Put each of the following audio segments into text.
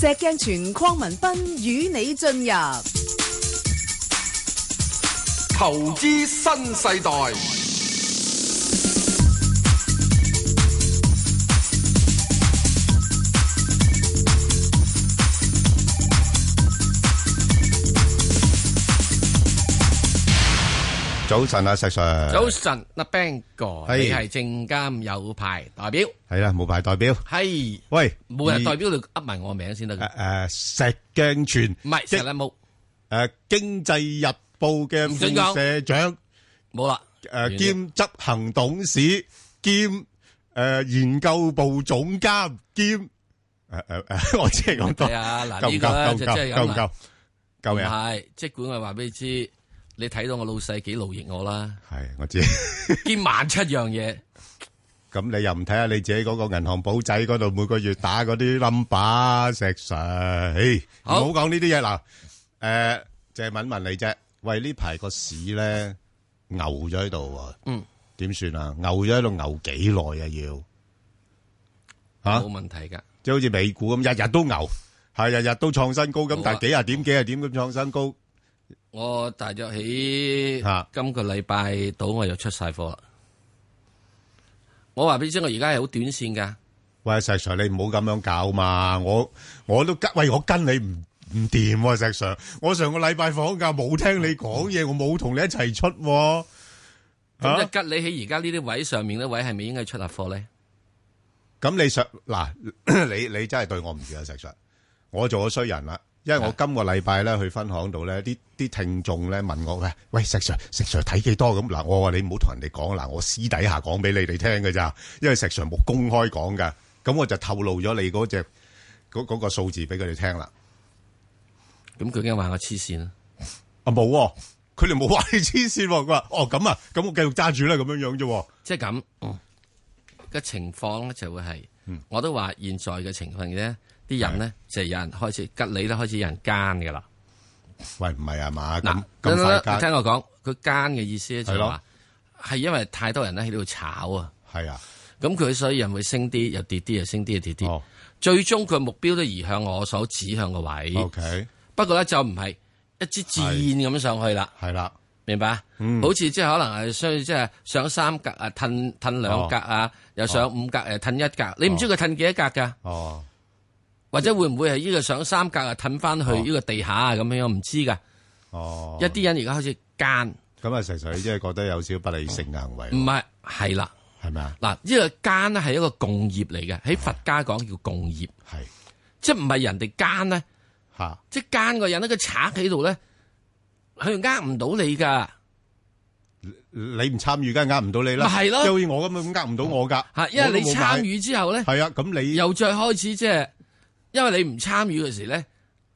石鏡泉鄺民彬與你進入投資新世代。早晨啊，石 Sir。早晨，阿 Bang 哥，係你係證監有牌代表，係啦，無牌代表。係喂，冇人而代表你噏埋我名先得㗎，誒誒，石鏡泉，唔係石禮冇誒經濟日報嘅唔准講副社長，冇啦，誒兼執行董事兼誒研究部總監兼誒誒誒， 我只係講多係。啊，嗱哦夠呢唔個夠？咧就夠真係咁唔夠？夠唔啦夠？夠唔未啊？係，即管我話俾你知，你睇到我老細幾勞役我 啦，係，我知。兼萬七樣嘢，咁你又唔睇下你自己嗰個銀行簿仔嗰度每個月打嗰啲 number 啊石 Sir，唉唔好好講呢啲嘢嗱。誒，就係問問你啫。喂，呢排個市咧牛咗喺度喎，嗯，點算啊？牛咗喺度牛幾耐啊？要冇嚇，問題㗎。即係好似美股咁，日日都牛，係日日都創新高好咁啊，但係幾廿點幾廿點咁創新高我大約喺啊今個禮拜到我又出晒貨啦。我話俾你知，我而家係好短線㗎。喂，石 Sir，你唔好咁樣搞嘛！我我都跟，喂，我跟你唔唔掂喎，石 Sir。我上個禮拜放假冇聽你講嘢，我冇同你一齊出喎。咁即啊係吉你喺而家呢啲位上面呢位係咪應該出下貨咧？咁你上嗱， 你你真係對我唔住啊，石 Sir。我做咗衰人啦，因為我啊今個禮拜咧去分行度咧，啲啲聽眾咧問我喂喂，石 Sir，石 Sir 睇幾多咁嗱？我話你唔好同人哋講嗱，我私底下講俾你哋聽嘅咋，因為石 Sir 冇公開講噶，咁我就透露咗你嗰只嗰嗰個數字俾佢哋聽啦。咁佢已經話我黐線啦。啊冇喎，佢哋冇話你黐線喎，佢話哦咁啊，咁我繼續揸住啦，咁樣樣啫喎。即係咁嗯嘅情況咧，就會係，我都話現在嘅情況咧，啲人咧就係有人開始吉你都開始有人奸嘅啦。喂，唔係啊嘛，嗱咁，咁等等快聽加我講，佢奸嘅意思咧就係係咯話係因為太多人咧喺度炒啊，係啊，咁佢所以人會升啲又跌啲又升啲又跌啲，哦最終佢目標都移向我所指向嘅位。 ，OK，不過咧就唔係一支箭咁上去啦。係啦，明白啊？嗯好似即係可能係需要即係上三格啊，褪褪兩格啊，又上五格誒，褪一格。你唔知佢褪幾多格噶？哦，或者會唔會係呢個上三格啊，褪翻去呢個地下啊咁樣？我唔知噶。哦，一啲人而家開始奸，咁啊，石 Sir，你真係覺得有少少不理性嘅行為唔喎，係係啦。係咪啊？嗱，呢個奸咧係一個共業嚟嘅，喺佛家講叫共業，係即係唔係人哋奸咧，嚇，即係奸個人咧，個賊喺度咧，佢呃唔到你噶。你唔參與，梗係呃唔到你啦，咪係咯即係好似我咁樣呃唔到我㗎，吓，因為我你都冇買參，與之後咧。係啊，咁你又再開始即係，因為你唔參與嘅時咧，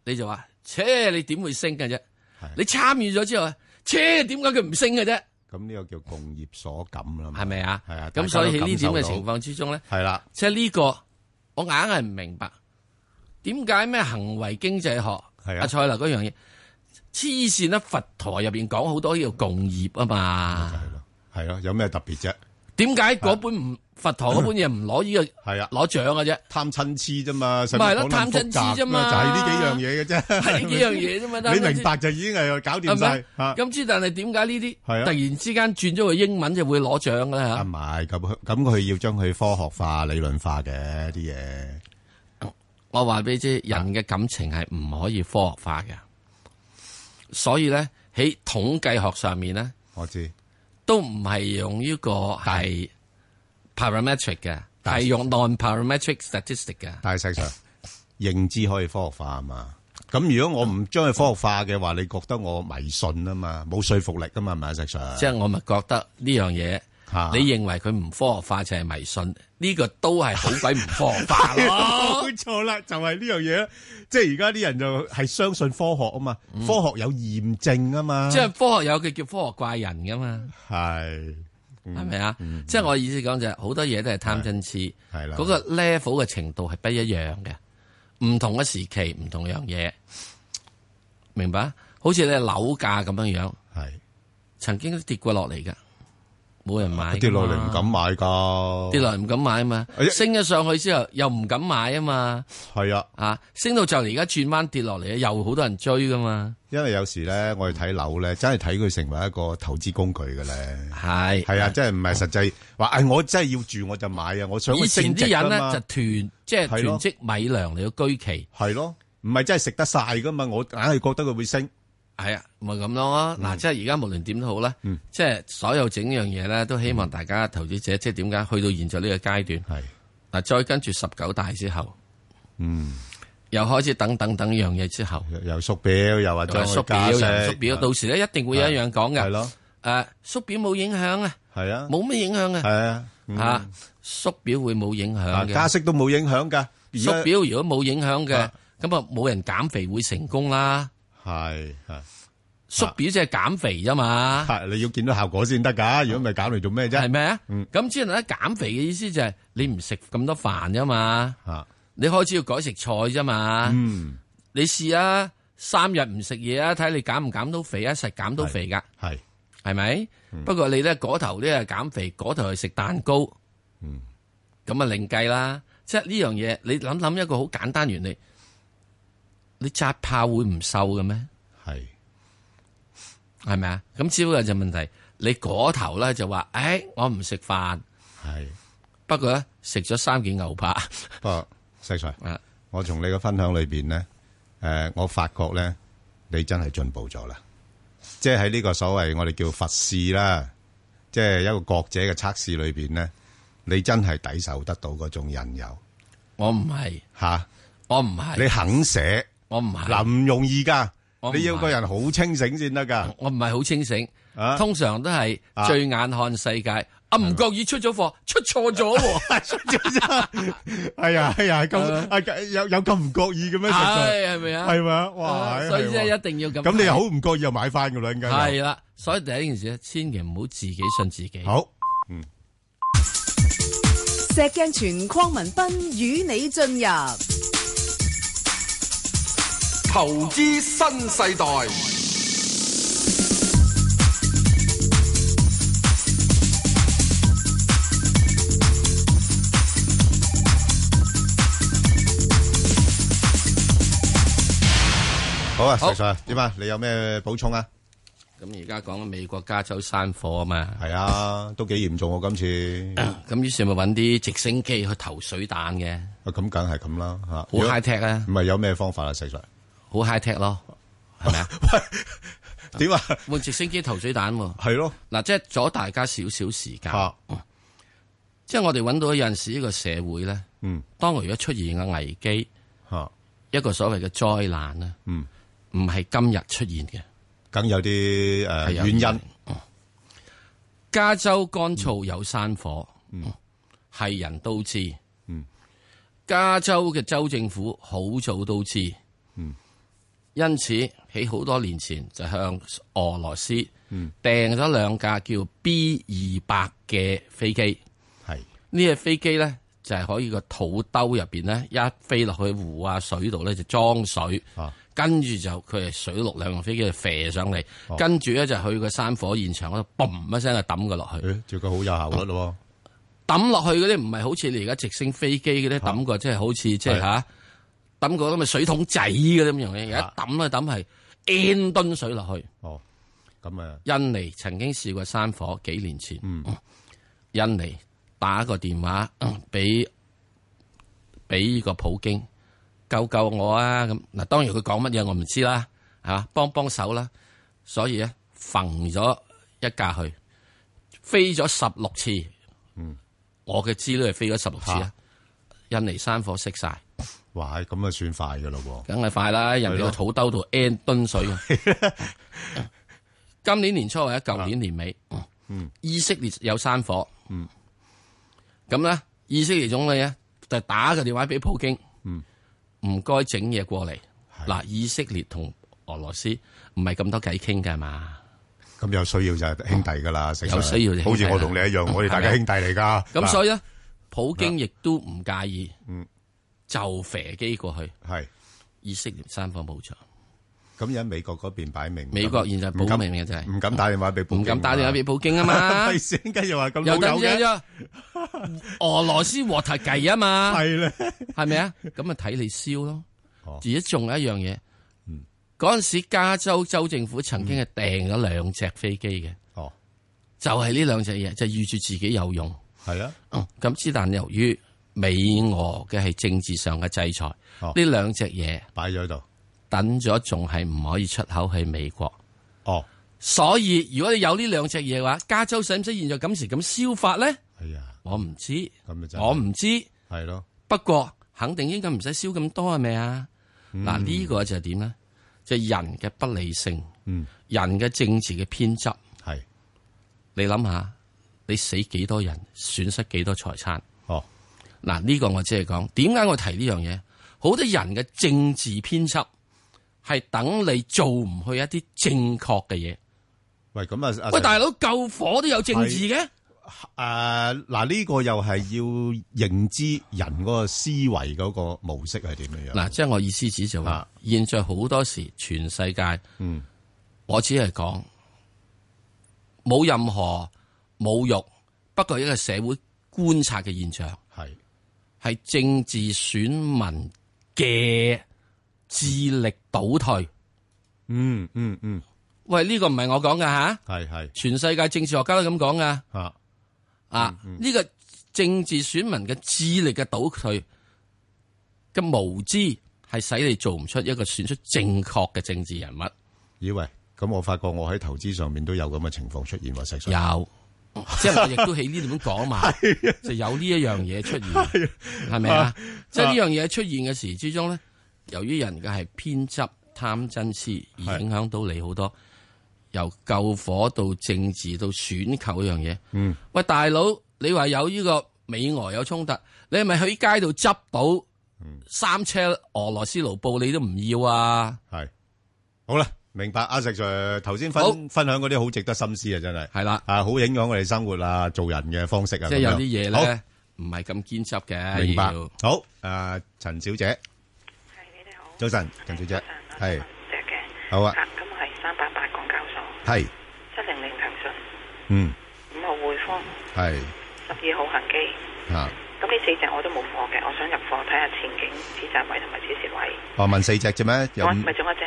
你就話：切，你點會升嘅啫係？你參與咗之後，切，點解佢唔升嘅啫？咁呢個叫共業所感啦嘛，係咪啊？係啊大家咁都所以喺呢點嘅感受到情況之中咧，係啦，即係呢個，我硬係唔明白點解咩行為經濟學係啊阿蔡立嗰樣嘢黐線啦！佛陀入邊講好多呢個共業啊嘛，係咯，啊係咯，有咩特別啫？點解嗰本唔佛陀嗰本嘢唔攞呢個係啊，攞獎嘅啫？貪親痴啫嘛，使乜咪係咯講得咁貪親痴複雜啫嘛就係呢幾樣嘢嘅啫，係呢幾樣嘢啫嘛，但係 你明白就已經係搞掂係咪晒吓，咁啊知，但係點解呢啲突啊係啊然之間轉咗個英文就會攞獎㗎啊啦唔係咁佢咁佢要將佢科學化、理論化嘅啲嘢，我話俾你知，人嘅感情係唔可以科學化嘅，所以咧喺統計學上面咧，我知都唔係用呢個係 parametric 嘅，係用 non-parametric statistic 嘅。大石 Sir 認知可以科學化啊嘛。咁如果我唔將佢科學化嘅話，你覺得我迷信啊嘛，冇說服力啊嘛，係咪啊石 Sir？即係我咪覺得呢樣嘢，嚇你認為佢唔科學化就係迷信，呢個都係好鬼唔科學化 咯。冇錯啦，就係呢樣嘢啦。即係而家啲人就係相信科學啊嘛，科學有驗證啊嘛，嗯即係科學有佢叫科學怪人㗎嘛。係係咪啊？即係我意思講就係好多嘢都係貪嗔痴，嗯係啦嗰個 level 嘅程度係不一樣嘅，唔同嘅時期唔同樣嘢，明啊白？好似你樓價咁樣樣，係曾經都跌過落嚟嘅，冇人買㗎嘛，啊跌落嚟唔敢買㗎，跌落嚟唔敢買啊嘛哎呀，升咗上去之後又唔敢買啊嘛，係啊。啊，升到就嚟而家轉彎跌落嚟，又好多人追噶嘛，因為有時咧，我哋睇樓咧，真係睇佢成為一個投資工具嘅咧。係係啊，真係唔係實際話，唉，我真係要住我就買啊，我想佢以前升值啲人咧㗎嘛就囤，即係係囤咯積米糧嚟到居奇，係咯，唔係真係食得晒㗎嘛，我硬係覺得佢會升。係啊，咪咁咯。嗱，即係而家無論點都好啦嗯，即係所有整樣嘢咧，都希望大家投資者即係點解去到現在呢個階段，係，嗱，再跟住十九大之後，嗯，又開始等等等樣嘢之後，又又縮表，又話又再係縮表，加又息唔縮表，到時咧一定會有一樣講係嘅。咯，誒，縮表冇影響啊，係啊，冇咩影響係嘅啊，嗯嚇，縮表會冇影啊響加嘅。息都冇影響㗎。而家縮表如果冇影響嘅，啊咁啊冇人減肥會成功啦。係係。縮表即係減肥啫嘛。係你要見到效果先得噶，如果唔係搞嚟做咩系啫？咪啊嗯？咁之後咧，減肥嘅意思就係你唔食咁多飯啫嘛，吓，你開始要改食菜啫 Ừ. 嘛。嗯，你試啊，三日唔食嘢啊，睇你減唔減到肥啊，實減到肥噶，係係咪？不過你咧嗰頭咧係減肥，嗰頭係食蛋糕，嗯，咁啊另計啦。即係呢樣嘢，你諗諗一個好簡單原理，你扎炮會唔瘦嘅咩？係係咪啊？咁只不過就問題，你嗰頭咧就話，诶、我唔食飯，係。不過咧食咗三件牛扒。不過石 Sir，啊我從你嘅分享裏边咧，诶、我發覺咧，你真係進步咗啦。即係喺呢個所謂我哋叫佛試啦，即係一個國者嘅測試裏边咧，你真係抵受得到嗰種引誘我唔係，吓、我唔係，你肯寫我唔係，嗱唔容易㗎，我唔你要係個人好清醒先得㗎。我唔係好清醒。啊通常都係啊醉眼看世界，啊唔覺意出咗貨，出錯咗 喎，哎呀哎呀，咁係啊有有咁唔覺意嘅咩？石 Sir？係係咪啊？係咪啊？哇！啊所以係即喎係一定要咁。咁你又好唔覺意又買翻噶啦，應該係啦，所以第一件事咧，千祈唔好自己信自己。好石鏡泉匡文斌與你進入投資新世代，好啊，好石 Sir 點啊？你有咩補充啊？咁而家講緊美國加州山火啊嘛，係啊，都幾嚴重喎，今 次咁於是咪揾啲直升機去投水彈嘅，啊咁梗係咁啦吓。如好果 high tech 啊唔，係有咩方法啊，石 Sir？好 high tech 咯，係咪啊？點啊？換直升機投水彈喎，係咯嗱，即係阻大家少少時間。吓，即係我哋揾到有陣時呢個社會咧，嗯當如果出現嘅危機，吓，一個所謂嘅災難咧，嗯，唔係今日出現嘅，梗有啲係啊誒有原因。加州乾燥有山火，嗯，係人都知，嗯，加州嘅州政府好早都知，嗯，因此喺好多年前就向俄羅斯嗯訂咗兩架叫 B 二百嘅飛機。係呢只飛機咧就係可以個肚兜入邊咧一飛落去湖啊水度咧就裝水，啊跟住就佢係水陸兩用飛機就射上嚟，哦跟住咧就去個山火現場嗰度，嘣一聲就抌佢落去。誒，照佢好有效率咯抌落去嗰啲唔係好似你而家直升飛機嗰啲抌過，即係好似即係係嚇抌過咁嘅水桶仔嗰啲咁樣嘢，而家啊抌咧抌係 N 噸水落去。喎。哦，咁啊，印尼曾經試過山火，幾年前，嗯印尼打個電話嗯俾俾呢個普京救救我啊！咁嗱，當然佢講乜嘢我唔知啦，嚇、幫幫手啦。所以咧，揈咗一架去，飛咗十六次。嗯，我嘅資料係飛咗十六次啊！印尼山火熄晒，哇，咁啊算快噶咯梗係快啦！人哋個土兜度 N 噸水 啊！今年年初或者舊年年尾，哦嗯以色列有山火，咁咧、以色列總理咧就打個電話俾普京，嗯唔該整嘢過嚟。係嗱，以色列同俄羅斯唔係咁多偈傾㗎嘛，喎。咁有需要就係兄弟噶啦，石 Sir 哦有需要就兄弟啦啊好似我同你一樣，我哋大家兄弟嚟㗎。咁以所以咧，普京亦都唔介意，嗯就射機過去，係以色列山火冇咗。咁而家美國嗰邊擺明唔敢，美國現在唔保敢明嘅就係唔敢打電話俾普唔京敢打電話俾普京啊 嘛費。事，跟住話咁老又得友嘅，咗 俄羅斯和題計啊嘛，係咧，係咪啊？咁咪睇你燒咯。哦嗯而且仲有一樣嘢，嗰阵时加州州政府曾經係訂咗兩隻飛機嘅，哦，就係呢兩隻嘢，就預住自己有用。哦係啊，咁之但由於美俄嘅係政治上嘅制裁，哦呢兩隻嘢擺咗喺度，等咗仲係唔可以出口去美國。哦，所以如果你有呢兩隻嘢嘅話，加州使唔使現在咁時咁燒法咧？係啊，我唔知，咁咪真係我唔知。係咯，不過肯定應該唔使燒咁多係咪啊？嗱呢、個就係點咧？就係人嘅不理性，嗯，人嘅政治嘅偏執。係，你諗下，你死幾多人，損失幾多財產？哦，嗱，呢個我只係講點解我提呢樣嘢？好多人嘅政治偏執係等你做唔去一啲正確嘅嘢。喂，咁啊，喂，大佬救火都有政治嘅，诶，啊嗱呢個又係要認知人嗰個思維嗰個模式係點樣樣？嗱，即係我意思指就話啊，現在好多時全世界，嗯，我只係講冇任何侮辱，不過一個社會觀察嘅現象係係政治選民嘅智力倒退。嗯嗯嗯，喂，呢、個唔係我講㗎吓。係係全世界政治學家都咁講噶，吓，啊，嗯呢個政治選民嘅智力嘅倒退嘅無知，係使你做唔出一個選出正確嘅政治人物。以為咁我發覺我喺投資上面都有咁嘅情況出現喎，石 Sir 有，即係我亦都喺呢度咁講 埋，啊就有呢一樣嘢出現，係咪啊？即係呢樣嘢出現嘅時之中咧，由於人嘅係偏執、貪真痴，而係影響到你好多，由救火到政治到選購一樣嘢。嗯，喂，大佬，你話有呢個美俄有衝突，你係咪喺街度執到三車俄羅斯盧布，你都唔要啊？係好啦，明白阿石 Sir 頭先分好分享嗰啲好值得深思啊，真係係啦，啊，好影響我哋生活啊，做人嘅方式啊，即係有咁樣啲嘢咧，唔係咁堅執好嘅，明白要。好诶，陳小姐，係你哋好，早晨，陳小姐係 Dạ, 隻嘅，好啊，咁我係三八八港交所，係七零零騰訊，嗯五號匯豐，係十二號恒基。啊，咁呢四隻我都冇貨嘅，我想入貨睇下前景、止賺位同埋止蝕位。我哦問四隻啫咩？有我五咪仲有一隻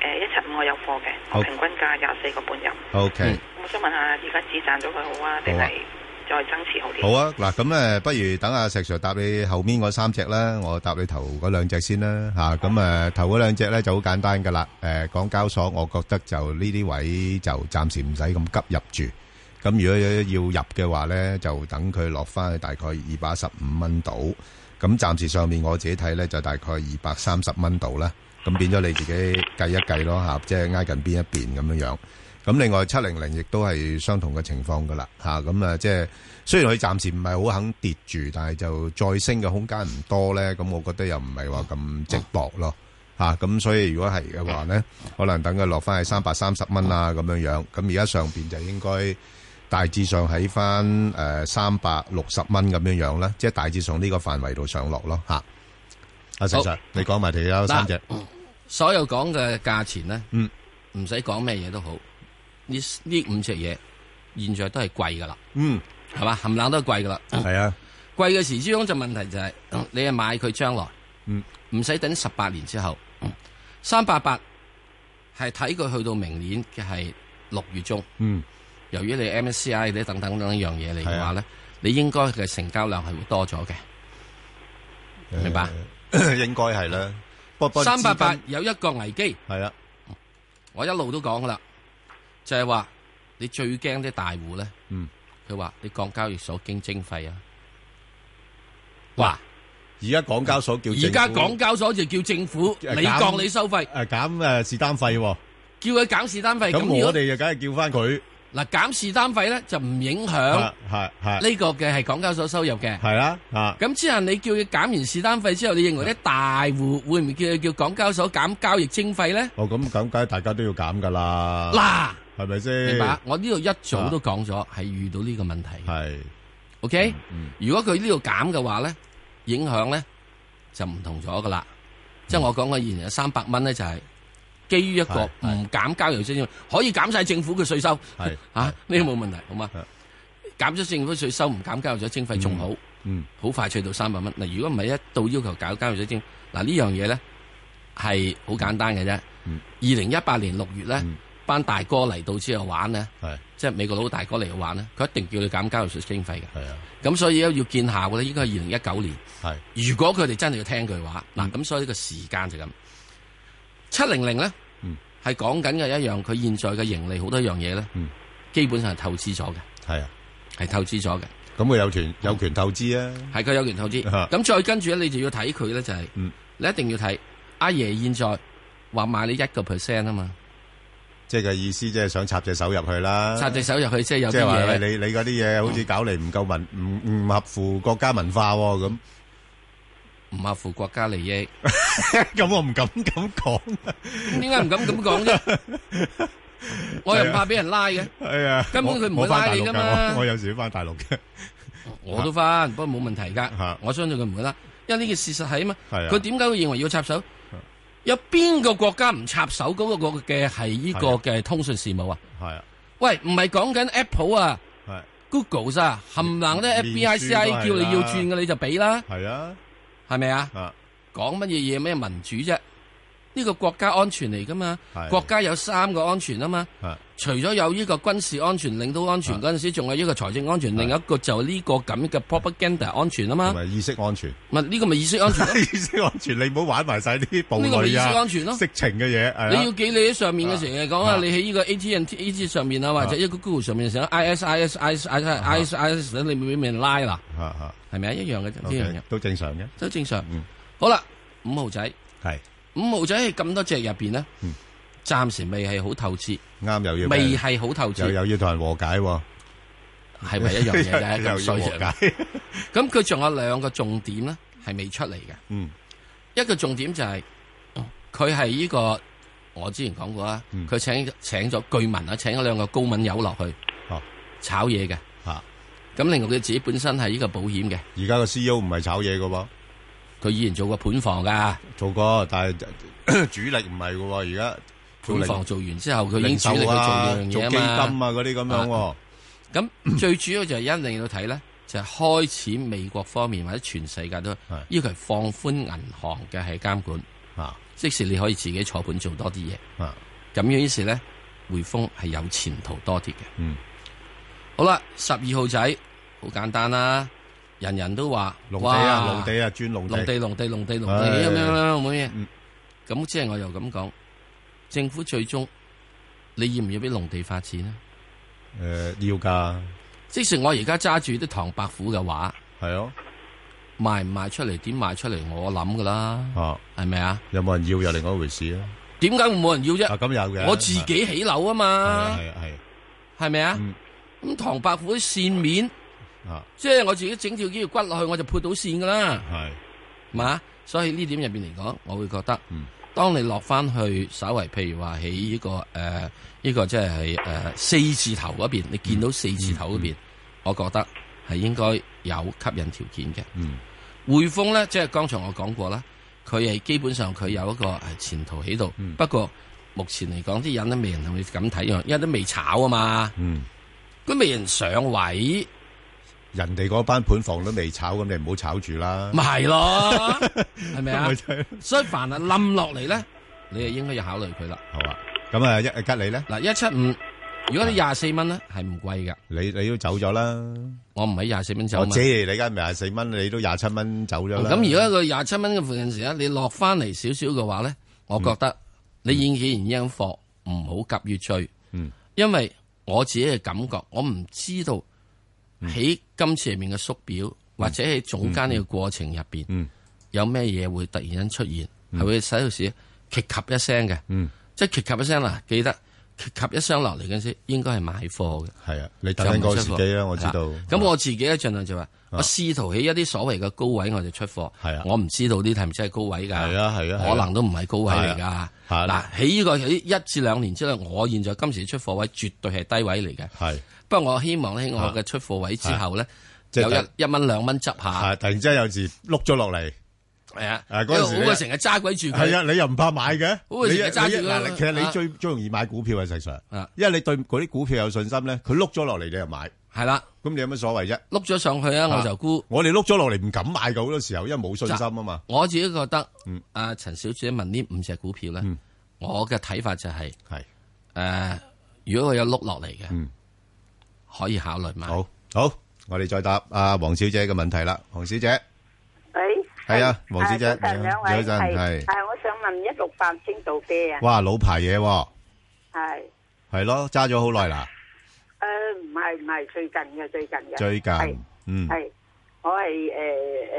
誒一七五我有貨嘅，好我平均價 dạ, 廿四個半入。 OK。咁我想問 à, 下，而家止賺咗佢好啊，定係再增持好啲？好啊，嗱，咁诶，不如等阿石 Sir 答你後面嗰三隻啦，我答你頭嗰兩隻先啦，吓、咁诶，头嗰兩隻咧就好簡單噶啦，诶、港交所我覺得就呢啲位就暫時唔使咁急入住，咁如果要入嘅話咧，就等佢落翻去大概二百一十五蚊度，咁暫時上面我自己睇咧就大概二百三十蚊度啦，咁變咗你自己計一計咯吓，即係挨近邊一邊咁樣樣。咁另外七零零亦都係相同嘅情況噶啦，吓咁啊，即係雖然佢暫時唔係好肯跌住，但係就再升嘅空間唔多咧，咁我覺得又唔係話咁直薄咯，吓咁、所以如果係嘅話咧，可能等佢落翻去三百三十蚊啊咁樣樣，咁而家上邊就應該大致上喺翻誒三百六十蚊咁樣樣啦，即係大致上呢個範圍度上落咯，吓、阿石好 Sir，你講埋其他三隻，所有講嘅價錢咧，嗯，唔使講咩嘢都好，呢呢五隻嘢現在都係貴噶啦，嗯，係嘛，冚冷都係貴噶啦。係啊，貴嘅時之中就問題就係、你係買佢將來，嗯，唔使等十八年之後，三八八係睇佢去到明年嘅係六月中。嗯，由於你 MSCI 呢等等等一樣嘢嚟係嘅啊話咧，你應該嘅成交量係會多咗嘅。明白誒 應該係啦，不過三八八有一個危機，係啊，我一路都講噶啦，就係、話你最驚啲大户咧。嗯。佢話你降交易所經徵費啊！哇！而家港交所叫而家港交所就叫政府誒你減降你收費，诶减诶是单费喎，叫佢減是單費。咁咁如我果哋就梗係叫翻佢，嗱減是單費咧，就唔影響係係係呢個嘅係港交所收入嘅。係啦吓，咁之後你叫佢減完是單費之後，你認為啲大户會唔會叫佢叫港交所減交易徵費咧？哦咁咁梗係大家都要減噶啦，嗱，係咪先？明白？我呢度一早都講咗，係遇到呢個問題嘅。係 OK，、嗯如果佢呢度減嘅話咧，影響咧就唔同咗噶啦。即係我講嘅現有三百蚊咧，就係基於一個係唔減交易先，可以減晒政府嘅税收，係 啊呢個冇問題，好嘛係？減咗政府税收，唔減交易咗徵費仲好，嗯好快脆到三百蚊。嗱，如果唔係一到要求搞交易咗徵，嗱呢樣嘢咧係好簡單嘅啫。嗯二零一八年六月咧嗯，班大哥嚟到之後玩咧，係即係美國佬大哥嚟到玩咧，佢一定叫你減交易税徵費嘅。係啊咁所以咧要見效嘅咧，應該係二零一九年。係如果佢哋真係要聽佢話，嗯嗱、咁所以呢個時間就咁。七零零咧，嗯係講緊嘅一樣，佢現在嘅盈利好多樣嘢咧，嗯基本上係透支咗嘅，係啊，係透支咗嘅，咁佢有權有權投資啊，係佢有權透支。啊咁再跟住咧，你就要睇佢咧，就係、嗯你一定要睇阿爺現在話買你一個 percent 啊嘛，即係嘅意思即係想插隻手入去啦，插隻手入去即係有啊即啲係話嘢。你你嗰啲嘢好似搞嚟唔夠文唔唔合乎國家文化喎咁，唔合乎國家利益，咁我唔敢咁講，咁點解唔敢咁講啫？ 我又唔怕俾人拉嘅，係啊，根本佢唔會我我返拉你㗎大陸㗎嘛我我有時翻大陸嘅，我都翻，不過冇問題㗎啊。我相信佢唔會啦，因為呢件事實係啊嘛。係啊佢點解會認為要插手？有邊個國家唔插手嗰個嘅係呢個嘅通訊事務啊？係啊喂，唔係講緊 Apple 啊、係 Google 咋，冚唪唥都面 FBI、書都係 CIA 啦 E 叫你要轉嘅，你就俾啦，係啊係咪啊？啊講乜嘢嘢咩民主啫？呢個國家安全嚟噶嘛係？國家有三個安全啊嘛。啊除咗有呢個軍事安全、領導安全嗰陣時，仲有呢個財政安全，另一個就呢個咁嘅 propaganda 安全啊嘛同。埋意識 安全。。咪呢個咪意識安全咯意識安全，你唔好玩埋晒啲暴呢個咪意女識啊、安全咯色情嘅嘢， 係你啦要記你喺上面嘅時候講啊啊，你喺呢個 AT&T、AT 上面啊，或者一個 Google 上面寫 IS、IS、IS、IS、IS，你啊咪俾人拉啦，嚇嚇係咪啊？一樣嘅啫，呢 OK，樣嘢都正常嘅，都正常嗯。好啦，五號仔，係五號仔喺咁多隻入邊呢，嗯暫時未係好透徹，啱又要未係好透又徹，又要同人和解喎，係咪一樣 嘢啫？又咁啊所以又就要和解， 咁佢仲有兩個重點呢，係未出嚟嘅。嗯一個重點就係哦佢係呢個，我之前講過啊，嗯佢請請咗巨民啊，請咗兩個高敏友落去哦炒嘢嘅。嚇，啊咁另外佢自己本身係呢個保險嘅，而家個 CEO 唔係炒嘢嘅喎，佢以前做過盤房噶，做過，但係 主力唔係嘅喎，而家做盤零房做完之後，佢已經零主力去售做啊、呢做樣基金嘢啊啊嘛。嗰啲咁樣喎，咁最主要就係一定要睇咧，就係開始美國方面或者全世界都要求放寬銀行嘅係監管，啊即使你可以自己坐盤做多啲嘢。啊咁於是咧，匯豐係有前途多啲嘅。嗯，好啦，十二號仔好簡單啦，人人都話農地啊、哇農地啊、專農農地，地農地農地農唉地咁樣啦，冇嘢嗯。咁即係我又咁講，政府最終你要唔要俾農地發展呢？誒要㗎，即使我而家揸住啲唐伯虎嘅話，係咯，賣唔賣出嚟？點賣出嚟？我諗噶啦，啊係咪啊？有冇人要又另外一回事啊，點解會冇人要 啊啫？咁有嘅，我自己起樓啊係嘛啊，係啊係係咪啊？嗯咁唐伯虎啲扇面。啊啊即係我自己整條腰骨落去，我就配到線噶啦，係。係嘛？所以呢點入邊嚟講，我會覺得，嗯當你落翻去稍為譬如話喺呢個誒呢、個即係誒四字頭嗰邊，你見到四字頭嗰邊，我覺得係應該有吸引條件嘅。嗯匯豐咧，即係剛才我講過啦，佢係基本上佢有一個誒前途喺度，嗯不過目前嚟講啲人都未人同你咁睇樣，因為都未炒啊嘛，嗯，佢未人上位。人哋嗰班盤房都未炒，咁你唔好炒住啦。咪係咯，係咪啊咪？就 係所以凡係冧落嚟咧，你就應該要考慮佢啦。好啊，咁啊，一吉你咧，嗱，一七五，如果你廿四蚊咧，係唔貴噶。你你都走咗啦。我唔喺廿四蚊走我啊嘛。借你而家廿四蚊，你都廿七蚊走咗啦。哦咁如果個廿七蚊嘅附近時咧，你落翻嚟少少嘅話咧，我嗯覺得你現既然已經貨，唔好急於追。嗯，因為我自己嘅感覺，我唔知道嗯喺今次入面嘅縮表或者喺總間呢個過程入邊，嗯有咩嘢會突然間出現，係會使到市劇及一聲嘅。嗯，即係劇及一聲啦，記得劇及一聲落嚟嗰陣時，應該係買貨嘅。係啊，你等緊嗰個時機啊啦，我知道。啊咁我自己咧，儘量就話，我試圖喺一啲所謂嘅高位，我就出貨。係啊我唔知道呢啲係咪真係高位㗎？係啊係啊係啊可能都唔係高位嚟㗎。係嗱啊，喺呢個喺一至兩年之內，我現在今時出貨位絕對係低位嚟嘅。係不過我希望咧喺我嘅出貨位之後咧，啊即係有一等啊一蚊兩蚊執下。係突然之間有時碌咗落嚟，系啊，啊因嗰陣為時好你過成日揸鬼住佢。係啊，你又唔怕買嘅？好，啊你一-成日揸住你一佢-嗱，啦。其實你啊。最-最容易買股票啊，石Sir。啊。因為你對嗰啲股票有信心呢，佢碌咗落嚟你就買，咁你有乜所謂啫？系啦，碌咗上去啊，啊我就估。我哋碌咗落嚟唔敢買嘅好多時候，因為冇信心啊嘛。我自己覺得嗯，阿陳小姐問呢五隻股票咧嗯，我嘅睇法就係诶，呃如果佢有碌落嚟嘅嗯，可以考慮買。係，好，好，我哋再答阿黃小姐嘅問題啦。黃小姐，係啊，喂，黃小姐，早晨兩位，早晨，係，係。係，我想問一六八星度啤啊，哇，老牌嘢喎，係咯，係，誒揸咗好耐啦。Ờ, 唔係唔係最近嘅最近嘅，最近，係嗯，係，我係誒誒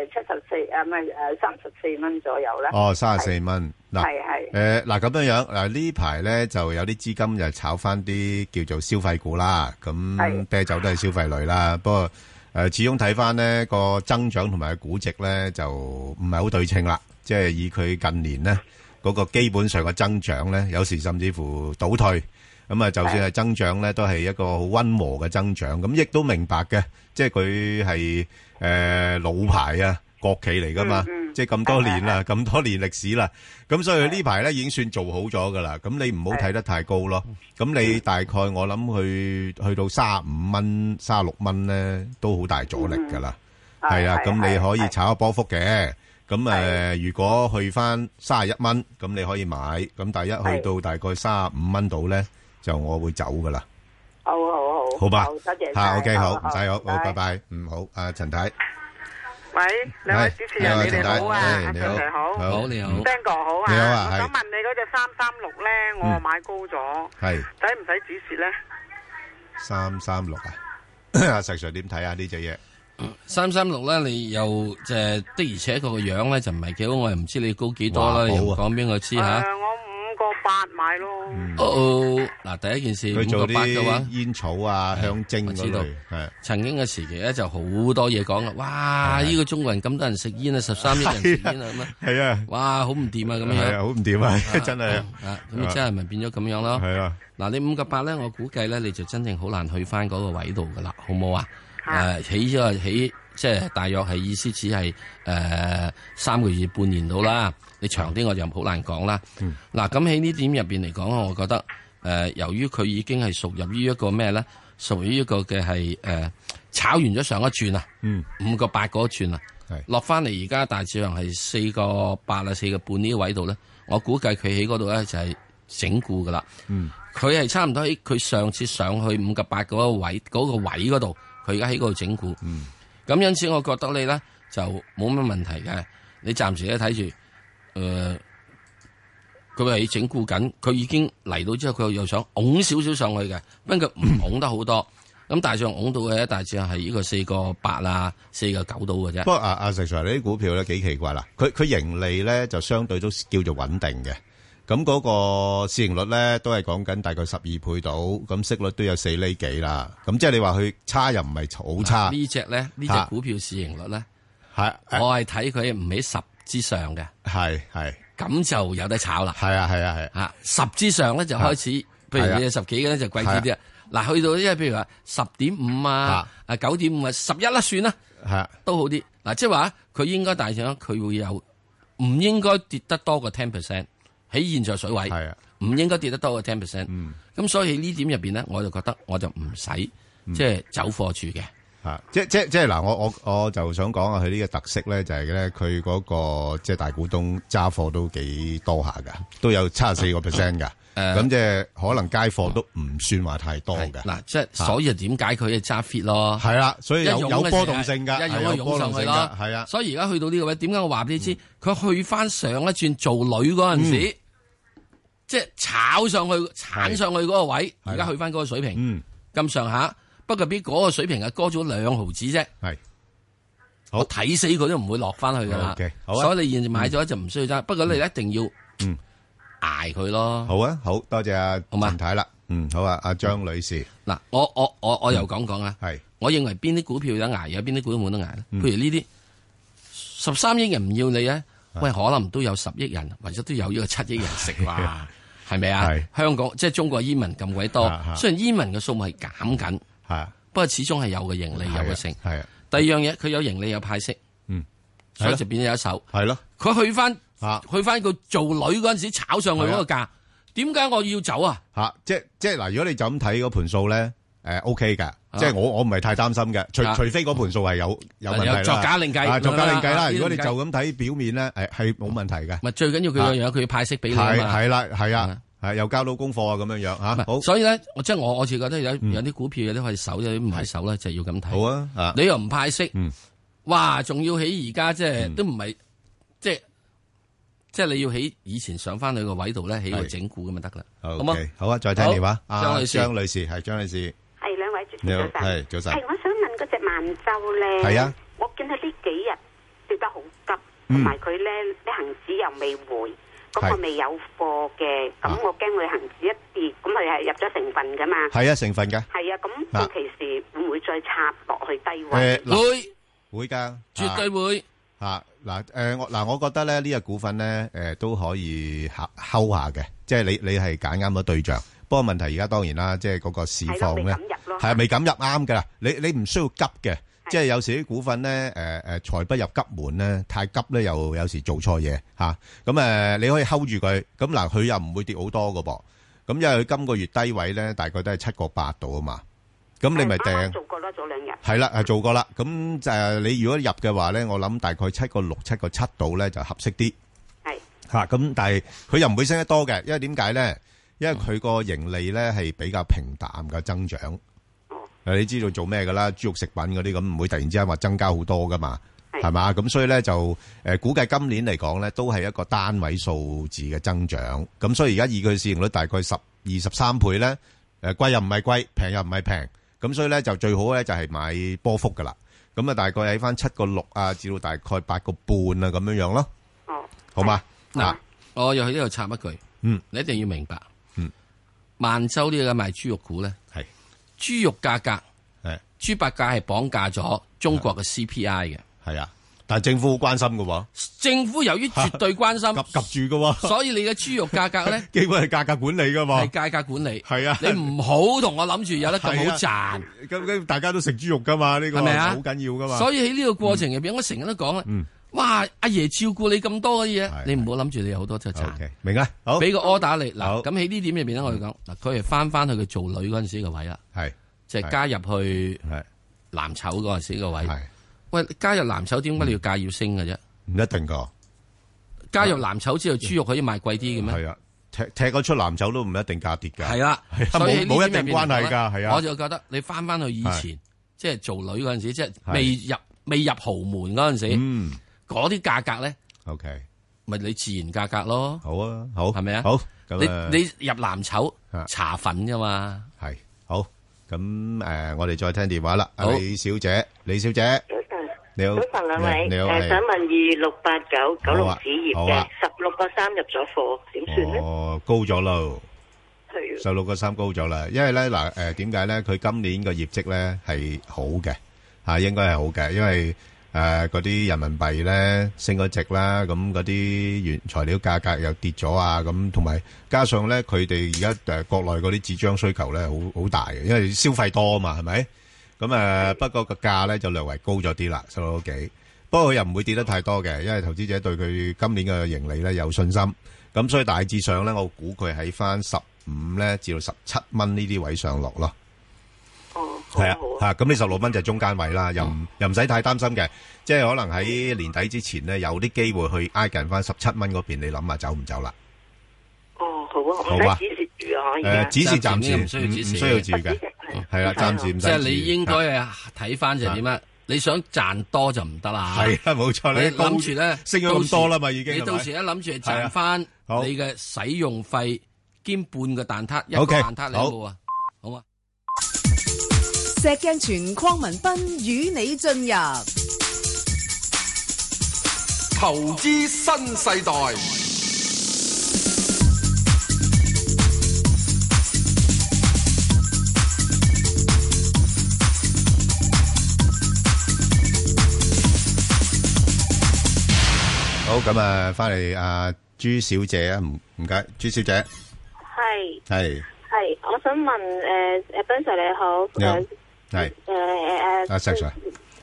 七十四 à, 啊，唔係 ờ, 誒三十四蚊左右啦，哦，34蚊。嗱，係係誒，嗱，咁樣樣，嗱，呢排呢，就有啲資金就炒返啲叫做消費股啦，咁係。啤酒都係消費類啦，不過，誒，始終睇返呢個增長同埋個估值呢，就唔係好對稱啦，即係以佢近年呢，嗰個基本上嘅增長呢，有時甚至乎倒退，咁啊，就算係增長呢，都係一個好溫和嘅增長，咁亦都明白嘅，即係佢係，誒，老牌啊，國企嚟㗎嘛，嗯，嗯。即係咁咁多年啦，咁多年歷史啦，咁所以呢排咧已經算做好咗噶啦。咁你唔好睇得太高咯。咁你大概我諗去去到三十五蚊、三十六蚊咧，都好大阻力噶啦。ờ, 係啊，咁你可以炒一波幅嘅。咁呃誒，如果去翻三十一蚊，咁你可以買。咁但係一去到大概三十五蚊度咧，就我會走噶啦。好好好，好吧多謝嚇晒，OK，好，唔使好，好，拜。拜。嗯，好，阿陳太，喂，兩位主持人，係你哋好啊，係阿你 Sir 好好，你好。 ，Ben 哥好啊，你好啊我想問你嗰只三三六咧，我嗯買高咗，係。使唔使止蝕咧？三三六啊， 阿石 Sir 点睇啊？呢只嘢三三六咧，你又即係的而且確個樣咧就唔係幾好，我又唔知你高幾多哇啦，又唔好啊講俾我知誒吓。Ờ, 我五個八買咯，哦哦，嗱，第一件事嗯佢五個做八嘅話啲。煙草啊、香精我嗰知道類，係曾經嘅時期咧，就好多嘢講啦。哇！係啊呢個中國人咁多人食煙啊，十三億人食煙啊，咁啊，係啊，哇，好唔掂啊，咁係啊，樣好唔掂 啊，真係啊，啊，咁啊真係咪變咗咁樣咯？係啊，嗱，你五個八咧，我估計咧，你就真正好難去翻嗰個位度噶啦，好冇啊？誒，起咗起，即係大約係意思只係誒三個月半年到啦。你長啲我就好難講啦。嗱，咁喺呢點入邊嚟講，我覺得誒，由於佢已經係屬入於一個咩咧？屬於一個嘅係誒炒完咗上一轉啊，嗯，五個八嗰一轉啊係，落翻嚟而家大致上係四個八啊，四個半呢啲位度咧，我估計佢喺嗰度咧就係整固噶啦。嗯，佢係差唔多喺佢上次上去五個八嗰個位嗰、個位嗰度，佢而家喺嗰度整固。嗯，咁因此我覺得你咧就冇乜問題嘅，你暫時咧睇住，誒、佢係整固緊，佢已經嚟到之後，佢又想拱少少上去嘅，不過佢唔拱得好多。咁大致上拱到嘅呢，大致上係呢個四個八啊，四個九到嘅啫不。過啊啊石 Sir，你啲股票咧幾奇怪啦，佢佢盈利咧就相對都叫做穩定嘅。咁嗰個市盈率咧都係講緊大概十二倍到，咁息率都有四厘幾啦。咁即係你話佢差又唔係 À, 好差，呢只咧，呢啊只股票市盈率咧，係誒我係睇佢唔喺十之上嘅，係係咁就有得炒啦。係啊係啊係啊啊，十之上咧就開始，譬係啊如你有十幾嘅咧就貴啲啲啊。嗱，去到即係譬如話十點五啊啊，啊九點五啊，十一啦算啦，係啊。都好啲。嗱，即係話佢應該大上，佢會有唔應該跌得多過 ten percent 喺現在水位，係啊唔應該跌得多過 ten percent。咁嗯所以呢點入邊咧，我就覺得我就唔使即係走貨住嘅。啊！即即即係嗱，我我我就想講啊下佢呢個特色咧，就係咧佢嗰個即係大股東揸貨都幾多下噶，都有七十四個 percent 噶。 誒咁即係可能街貨都唔算話太多係嘅。嗱，即係所以點解佢係揸 fit 咯？係啦，所以有一湧嘅有波動性㗎，時候係一湧有就波湧上動去性咯㗎，。係啊，嗯所以而家去到呢個位，點解我話俾你知，佢去翻上一轉做女嗰陣時，即係炒上去、鏟上去嗰個位，嗯係啦而家去翻嗰個水平嗯，咁上下。不過比嗰個水平係高咗兩毫子啫，係好我睇死佢都唔會落翻去噶啦 OK，。好啊所以你現在買咗就唔需要揸，不過你一定要嗯捱佢咯。好啊，好多謝阿好嘛陳太啦。嗯，好啊，阿張女士嗱，我我我我又講講啊。係我認為邊啲股票有得捱，有邊啲股票冇得捱咧？嗯譬如呢啲十三億人唔要你咧，啊喂，可能都有十億人，或者都有 呢個七億人食啩，係咪啊係？香港即係中國煙民咁鬼多啊啊，雖然煙民嘅數目係減緊，係啊不過始終係有嘅盈利有係啊嘅成。係啊，第二樣嘢，佢有盈利有派息，嗯，所以係咯就變咗有一手。係咯，佢去翻啊去翻佢做女嗰阵时炒上去嗰個價，點解我要走啊？吓，即即嗱，如果你就咁睇嗰盤數咧，诶 OK 噶，即係我我唔係太擔心嘅，除啊除非嗰盤數係有有問題啦有作假另計啊作假另計啊啦。呢啲如果你就另計咁睇表面咧，诶係冇問題嘅，咪最緊要佢樣嘢，佢要派息俾你啊係嘛。係啦，係啊啊，係又交到功課啊，咁樣樣唔吓，係好所以咧，我即係我我自覺得有嗯有啲股票有啲可以守，有啲唔係守咧，就要咁睇。好啊，啊你又唔派息嗯，哇！仲要起而家即係嗯都唔係即係即係你要起以前上翻去個位度咧，起個係整股咁就得啦，好嘛？ ，OK，好啊，再聽電話，好啊張女士張女士係張女士，系两位主持你好早晨，係早晨係我想問嗰只萬洲咧，係啊，我見佢呢幾日跌得好急，嗯同埋佢咧啲恒指又未回，咁係我未有貨嘅，啊咁我驚佢恒指一跌，咁佢係入咗成分噶嘛，係啊，成分嘅，係啊，咁啊到期時會唔會再插落去低诶位？嗱會會㗎，絕啊對會啊嗱，誒我嗱，我覺得咧呢只股份咧，誒都可以考睺下嘅，即係你你係揀啱咗對象。不過問題而家當然啦，即係嗰個市係況咯，未咧敢，入咯。係啊未敢入啱㗎啦。你你唔需要急嘅，即係有時啲股份咧，誒誒財不入急門咧，太急咧又有時做錯嘢嚇。咁、誒你可以睺住佢，咁嗱佢又唔會跌好多㗎噃。咁因為佢今個月低位咧，大概都係七個八度啊嘛。咁你咪係啱啱掟。做過咯，早兩日。係啦，係做過啦。咁就係你如果入嘅話咧，我諗大概七個六、七個七度咧就合適啲。係吓咁、但係佢又唔會升得多嘅，因為點解咧？因為佢個盈利咧係比較平淡嘅增長。哦嗱你知道做咩噶啦？豬肉食品嗰啲咁唔會突然之間話增加好多噶嘛，係係嘛？咁所以咧就诶估計今年嚟講咧都係一個單位數字嘅增長。咁所以而家以佢市盈率大概十二十三倍咧，诶、貴又唔係貴，平又唔係平。咁所以咧就最好咧就係買波幅噶啦。咁啊大概喺翻七個六啊，至到大概八個半啊咁樣樣咯，哦，好嘛？嗱嗱，，我又喺呢度插一句，嗯，你一定要明白，嗯，萬洲呢個賣豬肉股咧，係豬肉價格、係豬八戒係綁架咗中國啊嘅 CPI 嘅，係啊，但係政府好關心嘅喎，政府由於絕對關 及心，及住嘅喎，所以你嘅豬肉價格咧 基本係價格管理嘅係喎，價格管理。哦係啊，你唔好同我諗住有得咁好賺，咁咁大家都食豬肉噶嘛？呢、個係咪啊好緊要噶嘛？所以喺呢個過程入邊，我成日都講嗯啦，哇！阿爺照顧你咁多嘅係嘢，你唔好諗住你有好多就賺 OK，，明啦，好俾個 order 你好嗱。咁喺呢點入邊咧，我哋講嗱，佢係翻翻去佢做女嗰陣時嘅位啦，係即係係加入去係藍籌嗰陣時嘅位。係嗯喂，加入藍籌點解你要價要升嘅啫？唔一定噶，加入藍籌之後，豬肉可以賣貴啲嘅咩？係啊，踢踢嗰出藍籌都唔一定價跌㗎，係啦係啊，所以冇冇呢一點入定邊關係嚟講㗎咧係啊我就覺得你翻翻去以前，即係做女嗰陣時，即係係未入未入豪門嗰陣時，嗯嗰啲價格咧， ，OK，咪你自然價格咯。好啊，好係咪啊好你咁啊你入藍啊籌茶粉啫嘛，係好咁誒，我哋再聽電話啦，阿好李小姐，李小姐早晨，你好，早晨兩位，你好，誒係啊想問二六八九九龍紙業好嘅啊十六個三入咗貨，點算呢？哦，高咗咯。係啊16.3高咗啦。因為呢，嗱，誒，點解呢？佢今年個業績呢，係好嘅，啊，應該係好嘅，因為，誒，嗰啲人民幣呢，升咗值啦，咁嗰啲原材料價格又跌咗啊，咁同埋加上呢，佢哋而家，誒，國內嗰啲紙張需求呢，好-好大嘅，因為消費多嘛，係咪？咁，誒，不過個價呢，就略為高咗啲啦，16幾。不過又唔會跌得太多嘅，因為投資者對佢今年嘅盈利呢，有信心。咁所以大致上咧，我估佢喺翻十五咧至到十七蚊呢啲位上落咯。哦，好係啊啊好，啊，嚇咁呢十六蚊就係中間位啦，又唔又唔使太擔心嘅，即係可能喺年底之前咧有啲機會去挨近翻十七蚊嗰邊，你諗下走唔走啦？哦好啊，好唔啊使指示住啊，而誒，家指示暫時暫時呢個唔需要指示唔需要 住嘅，係啦，暫時唔使即係你指示應該係睇翻就係點啊？你想賺多就唔得啦。係 啊，冇錯你咧，高諗住咧，升咗咁多啦嘛，已經你係到咪時一諗住係係啊賺翻你好嘅使用費兼半個蛋撻，一個 OK，蛋撻你有冇啊？好啊，石鏡泉邝文斌與你進入投資新世代，好咁啊，翻嚟啊，朱小姐啊，唔唔該，朱小姐系係系，我想問诶诶，Ben Sir 你好，你好誒係誒誒 À, 阿石 Sir。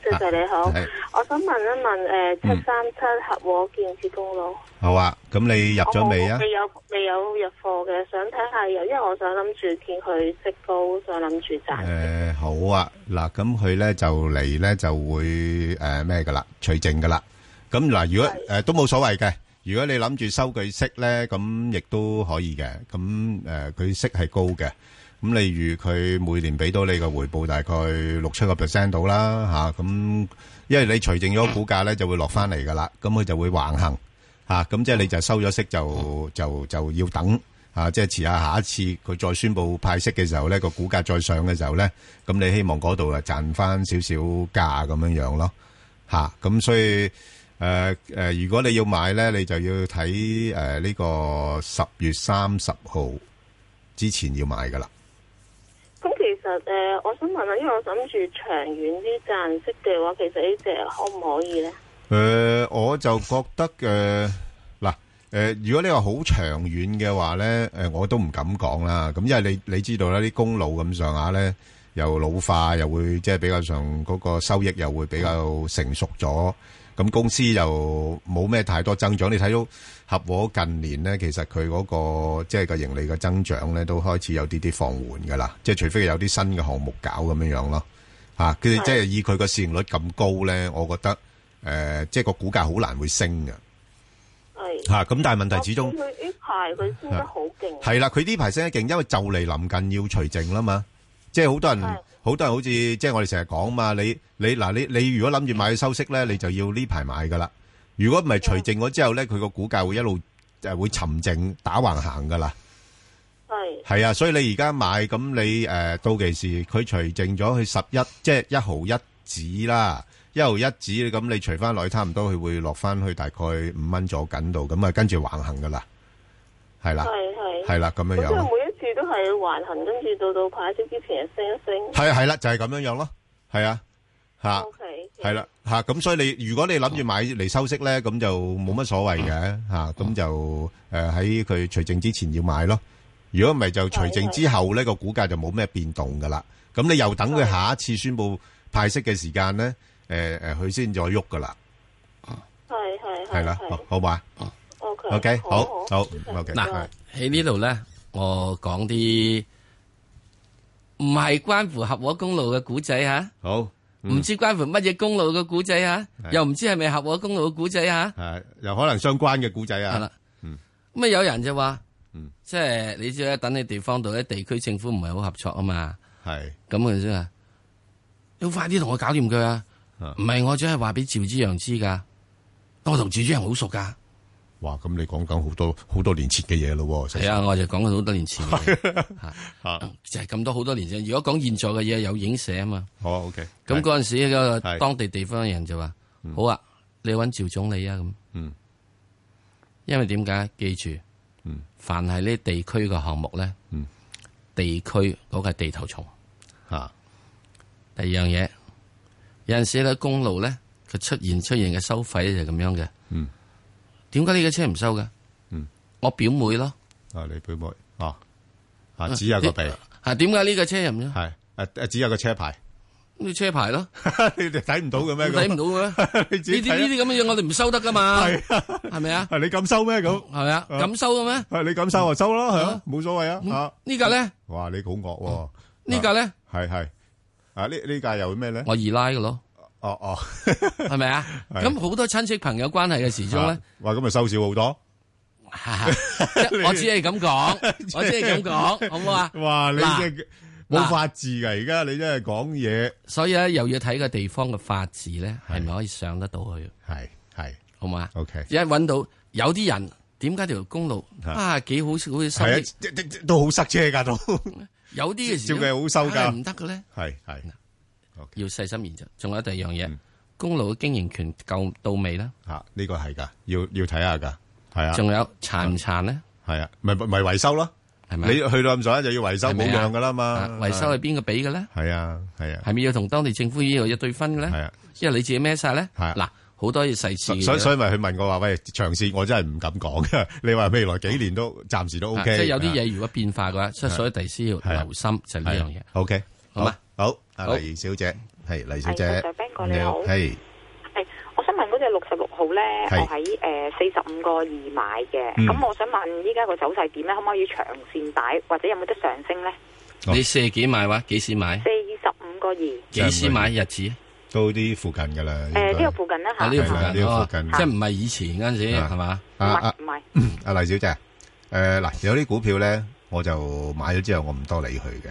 謝謝你好係，我想問一問诶七嗯三七合和建設公路，好啊，咁你入咗未啊我？未有未有入貨嘅，想睇下有，因為我想諗住見佢息高，想諗住賺。诶、好啊，嗱，咁佢咧就嚟咧就會诶咩噶啦，取證噶啦。咁嗱，如果诶、誒都冇所謂嘅，如果你諗住收佢息咧，咁亦都可以嘅。咁诶，誒佢、息係高嘅，咁例如佢每年俾到你嘅回報大概六七個 percent 到啦吓，咁、因為你除淨咗股價咧就會落翻嚟噶啦，咁佢就會橫行。啊，咁即係你就收咗息就就就要等啊，即係遲下下一次佢再宣布派息嘅時候咧，個股價再上嘅時候咧，咁你希望嗰度啊賺翻少少價咁樣樣咯，吓、咁所以诶诶、呃如果你要買咧，你就要睇诶呢個十月三十號之前要買噶啦。咁其實誒、呃我想問下，因為我諗住長遠啲賺息嘅話，其實呢只可唔可以咧？诶、我就覺得诶嗱诶，如果你話好長遠嘅話咧，诶、我都唔敢講啦。咁因為你你知道啦，啲公路咁上下咧，又老化，又會即係比較上嗰個收益又會比較成熟咗。咁公司又冇咩太多增長。你睇到合和近年咧，其實佢嗰、個即係個盈利嘅增長咧，都開始有啲啲放緩噶啦。即係除非有啲新嘅項目搞咁樣樣咯。啊，佢即係以佢個市盈率咁高咧，我覺得。誒、呃即係個股價好難會升嘅係。嚇。咁、但係問哦題始我終見佢呢排佢升得好勁，啊係啦，佢呢排升得勁，因為就嚟臨近要除淨啦嘛。即係好多人係好多人好似即係我哋成日講嘛，你你嗱你你如果諗住買收息咧，你就要呢排買噶啦。如果唔係除淨咗之後咧，佢個股價會一路誒會沉靜打橫行噶啦。係係啊，所以你而家買咁你誒、呃到期時佢除淨咗佢十一，即係一毫一子啦，一毫一子咁你除翻落去差唔多，佢會落翻去大概五蚊左緊度，咁啊跟住橫行噶啦，係啦，係係。係啦咁樣咁即係樣，每一次都係橫行，跟住到到派息之前升一升。係啊係啦，就係、咁樣樣咯，係啊嚇。 O K。系啦，吓咁所以你如果你諗住買嚟收息咧，咁就冇乜所謂嘅吓，咁、就诶喺佢除證之前要買咯。如果唔係就除證之後咧個股價就冇咩變動噶啦。咁你又等佢下一次宣布派息嘅時間咧，诶、诶，佢先再喐噶啦，係係係啦，好好嘛 O K。 ？OK，好好，OK，嗱係喺呢度咧，我講啲唔係關乎合和公路嘅古仔吓，好，唔知關乎乜嘢公路嘅古仔吓，嗯係又唔知係咪合和公路嘅古仔吓，诶，又可能相關嘅古仔係啊啦，。咁啊有人就話嗯，即係你知啦，等你地方度咧，地區政府唔係好合作啊嘛，係咁佢先話，要快啲同我搞掂佢啊！啊唔係我只係話俾趙之陽知噶，我同趙之陽好熟噶。哇，咁你講緊好多好多年前嘅嘢咯喎，係啊，我就講咗好多年前嘅嘢，啊嚇就係咁多好多年前。如果講現在嘅嘢有影射啊嘛，好 OK，咁嗰陣時嗰係個當地地方嘅人就話：好啊，你揾趙總理啊咁。嗯，因為點解？記住，嗯凡係呢地區嘅項目咧，嗯地區嗰個係地頭蟲。吓第二樣嘢，有陣時咧公路咧，佢出現出現嘅收費咧就係咁樣嘅。嗯，點解呢個車唔收嘅？嗯，我表妹咯。啊，你表妹啊，啊，指下個鼻。啊，點解呢個車又唔收？系诶诶，只有個車牌， 呢車牌咯。你哋睇唔到嘅咩？睇唔到嘅咩？呢 你自己啲睇啊呢啲咁嘅嘢我哋唔收得噶嘛，係啊，係咪啊？係你咁收咩 咁？係咪啊？啊咁收嘅咩？係你咁收就收啦，係啊啊，冇所謂啊吓。呢架咧，哇，你好惡呢架咧，喎，係係啊呢呢架又咩咧？我二奶嘅咯，哦哦，係咪啊？ 係咁好多親戚朋友關係嘅時鐘咧啊，哇咁咪收少好多。啊 即係我只係咁 講，我只係咁講，好唔好啊？哇，你嗱真係冇法治噶，而家你真係講嘢所以咧，又要睇個地方嘅法治咧，係咪可以上得到去，係係好唔好啊？ OK，一揾到有啲人點解條公路係啊幾好好似收益係啊，即即即都好塞車㗎都， 有啲嘅時照計好收㗎唉唔得嘅咧，係係要細心研究。仲有第二樣嘢嗯，公路嘅經營權夠到未咧？吓呢個係㗎，要要睇下㗎，係啊仲有殘唔殘咧？係啊，咪咪咪維修咯。係咪你去到咁上下就要維修係咪冇啊樣㗎啦嘛啊，維修係邊個俾嘅咧？係啊係啊係咪要同當地政府呢度有對分嘅咧？係啊。因為你自己孭晒咧。係啊嗱，好多嘢細緻所嘅嘢所所以咪佢問我話：喂，長線我真係唔敢講嘅。 你話未來幾年都暫時都啊 OK，啊即係有啲嘢如果變化嘅話，所以所以第時要留心就係呢樣嘢。 OK，好嘛好，阿好黎小姐係黎小姐，係，Ben 哥個你好，係係我想問嗰只六十六號咧，係我喺誒四十五個二買嘅，嗯咁、我想問依家個走勢點咧？可唔可以長線擺，或者有冇得上升咧？哦你四幾買話？幾時買？四十五個二，嗯誒幾時買日子？都啲附近㗎啦。應該呢個附近啦嚇，啊，呢個附係啦近，呢個哦附即近係唔係以前嗰陣時啊係嘛？啊唔啊係唔係，阿黎小姐，诶嗱，有啲股票咧，我就買咗之後，我唔多理佢嘅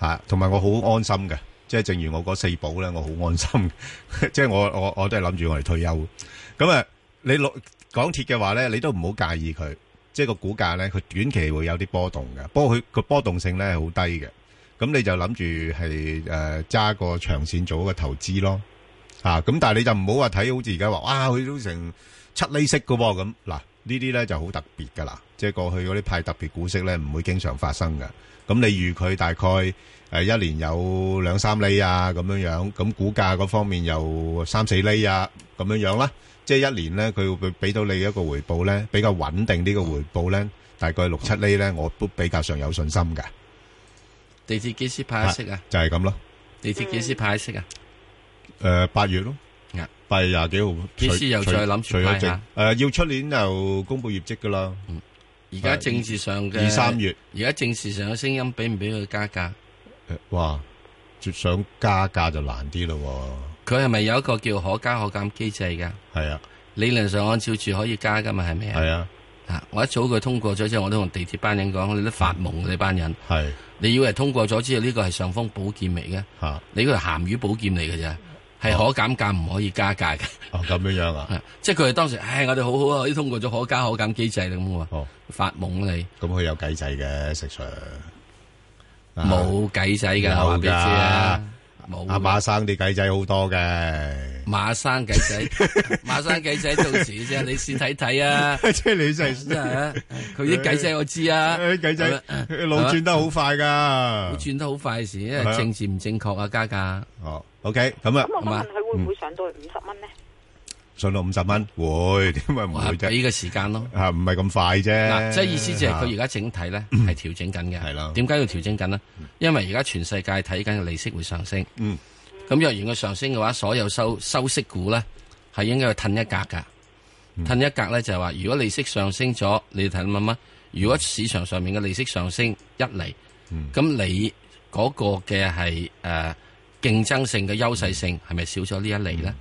吓，同埋我好安心嘅，即係正如我嗰四寶咧，我好安心， 即係我我我都係諗住我嚟退休。咁啊，你落港鐵嘅話咧，你都唔好介意佢，即係個股價咧，佢短期會有啲波動嘅，不過佢個波動性咧係好低嘅。咁你就諗住係诶揸個長線做一個投資咯，啊咁但係你就唔好話睇好似而家話哇佢都成。七厘息嘅喎，咁嗱呢啲咧就好特別噶啦，即係過去嗰啲派特別股息咧唔會經常發生嘅。咁你預佢大概誒、呃一年有兩三厘啊咁樣樣，咁股價嗰方面有三四厘啊咁樣樣啦，即係一年咧佢會俾到你一個回報咧比較穩定呢個回報咧，大概六七厘咧，我都比較上有信心嘅，地鐵幾時派息啊？就係咁咯。地鐵幾時派息啊？誒、八月咯啊。八月廿幾號，幾時除又除再諗住除咗派正下誒，要出年就公布業績噶啦，而家政治上嘅啊二三月。而家政治上嘅聲音俾唔俾佢加價？誒哇！絕想加價就難啲咯佢係咪有一個叫可加可減機制㗎？喎，係啊，理論上按照住可以加㗎嘛，係咪啊？係啊，啊！我一早佢通過咗之後，我都同地鐵班人講：你都發夢嘅你班人，係你以為通過咗之後呢個係上方寶劍嚟嘅，嚇，你嗰個鹹魚寶劍嚟嘅咋，係可減價唔可以加價嘅。 哦咁樣樣啊，啊即係佢哋當時，唉，我哋好好啊，都通過咗可加可減機制啦咁我話哦，發夢啦你咁佢有計制嘅食 Sir，啊冇計仔㗎，有話俾你知啊，冇阿馬生啲計仔好多嘅， 馬生計 仔，馬生計仔到時啫，你先睇睇啊！即係你真真係啊，佢啲計仔我知啊，誒計仔係咪路轉得好快佢㗎。轉得好快時，因為啊係啊政治唔正確啊，加價。哦，OK，咁啊，咁我想係嘛問佢會唔會上到五十蚊咧？上到五十蚊會點解唔哇！會啫？俾個時間咯。啊，唔係咁快啫。嗱，即係意思就係佢而家家整體咧係調整緊嘅。啊嗯係啦點解要調整緊呢？因為而家全世界睇緊嘅利息會上升。嗯。咁若然佢上升嘅話，所有收收息股咧係應該要褪一格㗎。嗯褪一格咧就係話，如果利息上升咗，你睇乜乜？如果市場上面嘅利息上升一嚟，嗯咁你嗰個嘅係誒競爭性嘅優勢性嗯係咪少咗呢一厘咧？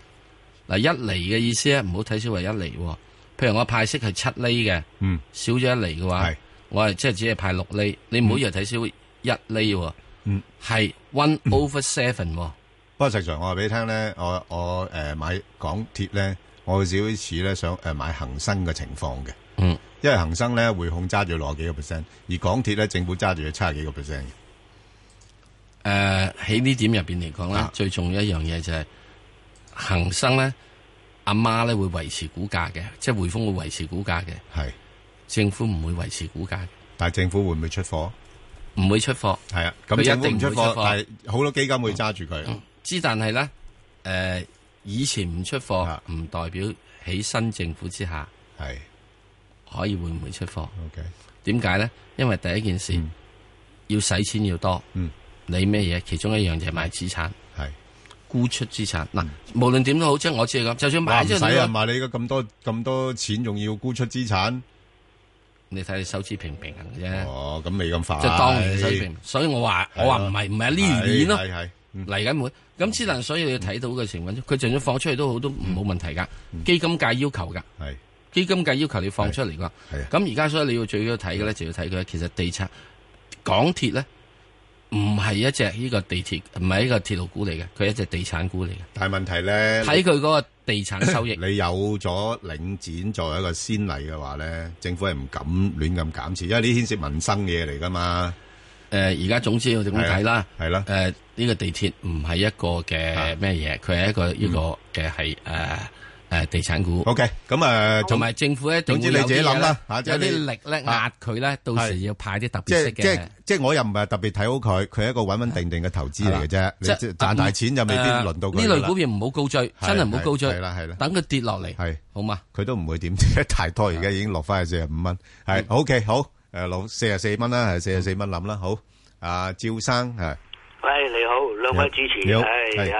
嗱，一厘嘅意思咧，唔好睇少為一厘喎。譬如我派息係七厘嘅，嗯少咗一厘嘅話係，我係即係只係派六厘。你唔好以為睇少一厘喎，嗯係 one over seven 喎。不過實上我話俾你聽咧，我我誒、呃、買港鐵咧，我有少少似咧想誒、呃、買恒生嘅情況嘅，嗯，因為恒生咧匯控揸住六十幾個 percent，而港鐵咧政府揸住七十幾個 percent 嘅，誒喺呢點入邊嚟講咧啊，最重要一樣嘢就係恒生咧，阿媽咧會維持股價嘅，即係匯豐會維持股價嘅，係。政府唔會維持股價嘅，但係政府會唔會出貨？唔會出貨。係啊，佢咁一定政唔會府唔出貨，出貨嗯但係好多基金會揸住佢。之但係咧，誒、以前唔出貨啊唔代表喺新政府之下係可以會唔會出貨？ ，OK，點解咧？因為第一件事、嗯要使錢要多，嗯你咩嘢？其中一樣就係買資產，係。沽出資產。嗱、無論點都好，即係我只係咁，就算嗯哇買唔咗使你啊！都，嘛，你而家咁多咁多錢，仲要沽出資產，你睇你手指平唔平衡嘅啫。哦，咁未咁快。即係當年水平，所以我話我話唔係唔係呢年咯啊係，嗯係係嗯嚟緊會咁之能，所以你要睇到嘅情況，佢就算放出去都好，都冇問題㗎。嗯基金界要求㗎，係基金界要求你放出嚟㗎。係啊，咁而家所以你要最要睇嘅咧，就要睇佢其實地產港鐵咧唔係一隻呢個地鐵，唔係一個鐵路股嚟嘅，佢係一隻地產股嚟嘅。但係問題咧，，睇佢嗰個地產收益 你有咗領展作為一個先例嘅話咧，政府係唔敢亂咁減持，因為呢牽涉民生嘢嚟噶嘛，誒而家總之我哋咁睇啦。係啦，誒呢個地鐵唔係一個啊嗯嘅咩嘢，佢係一個呢個嘅係誒誒地產股。 OK，咁啊，同總埋政府一定總之會有你自己啲嘢諗啦嚇即有係你啊啲力咧壓佢咧，到時要派啲特即別息係即係嘅。即係我又唔係特別睇好佢，佢係一個穩穩定定嘅投資嚟嘅啫，你即係賺大錢就未必誒輪到佢㗎啊呢啦類股票唔好高追，係真係唔好高追。係啦係啦等佢跌落嚟，係好嘛？佢都唔會點 跌太多，而家已經落翻去四十五蚊，係 OK 好誒老四十四蚊啦，係四十四蚊諗啦，好啊，趙生係喂，你好，兩位主持，你好哎呀，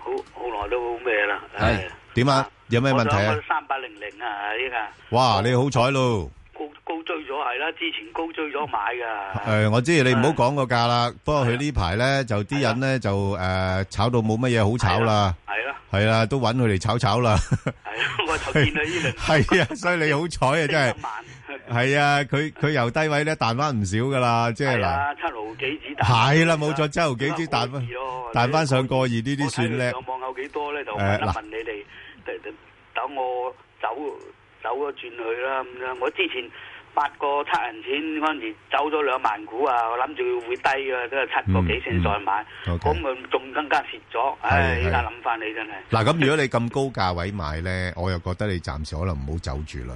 好耐都咩啦。哎係唉點啊有咩問題啊？三八零零啊，依家哇，你好彩咯！高高追咗係啦，之前高追咗買㗎。诶，我知你唔好講個價啦，不過佢呢排咧就啲人咧就诶炒到冇乜嘢好炒啦，係啦，係啊啦，都揾佢嚟炒炒啦， 係啦，我就見到呢輪係啊，所以你好彩啊，真係一。萬，係啊，佢佢由低位咧彈翻唔少噶啦，即係啊係嗱，啦，七毫幾子彈。係啦，冇錯，七毫幾支咁彈啊可翻以咯彈翻上個二呢啲算我睇佢叻，上網有幾多咧？就誒問一嗱問你哋，等等我走走咗轉去啦咁樣。我之前八個七人錢嗰陣時走咗兩萬股啊，我諗住會低嘅，都係七個幾先再買。嗯嗯咁咪仲更加蝕咗。係唉，係依家諗翻你真係。嗱咁如果你咁高價位買咧，我又覺得你暫時可能唔好走住啦。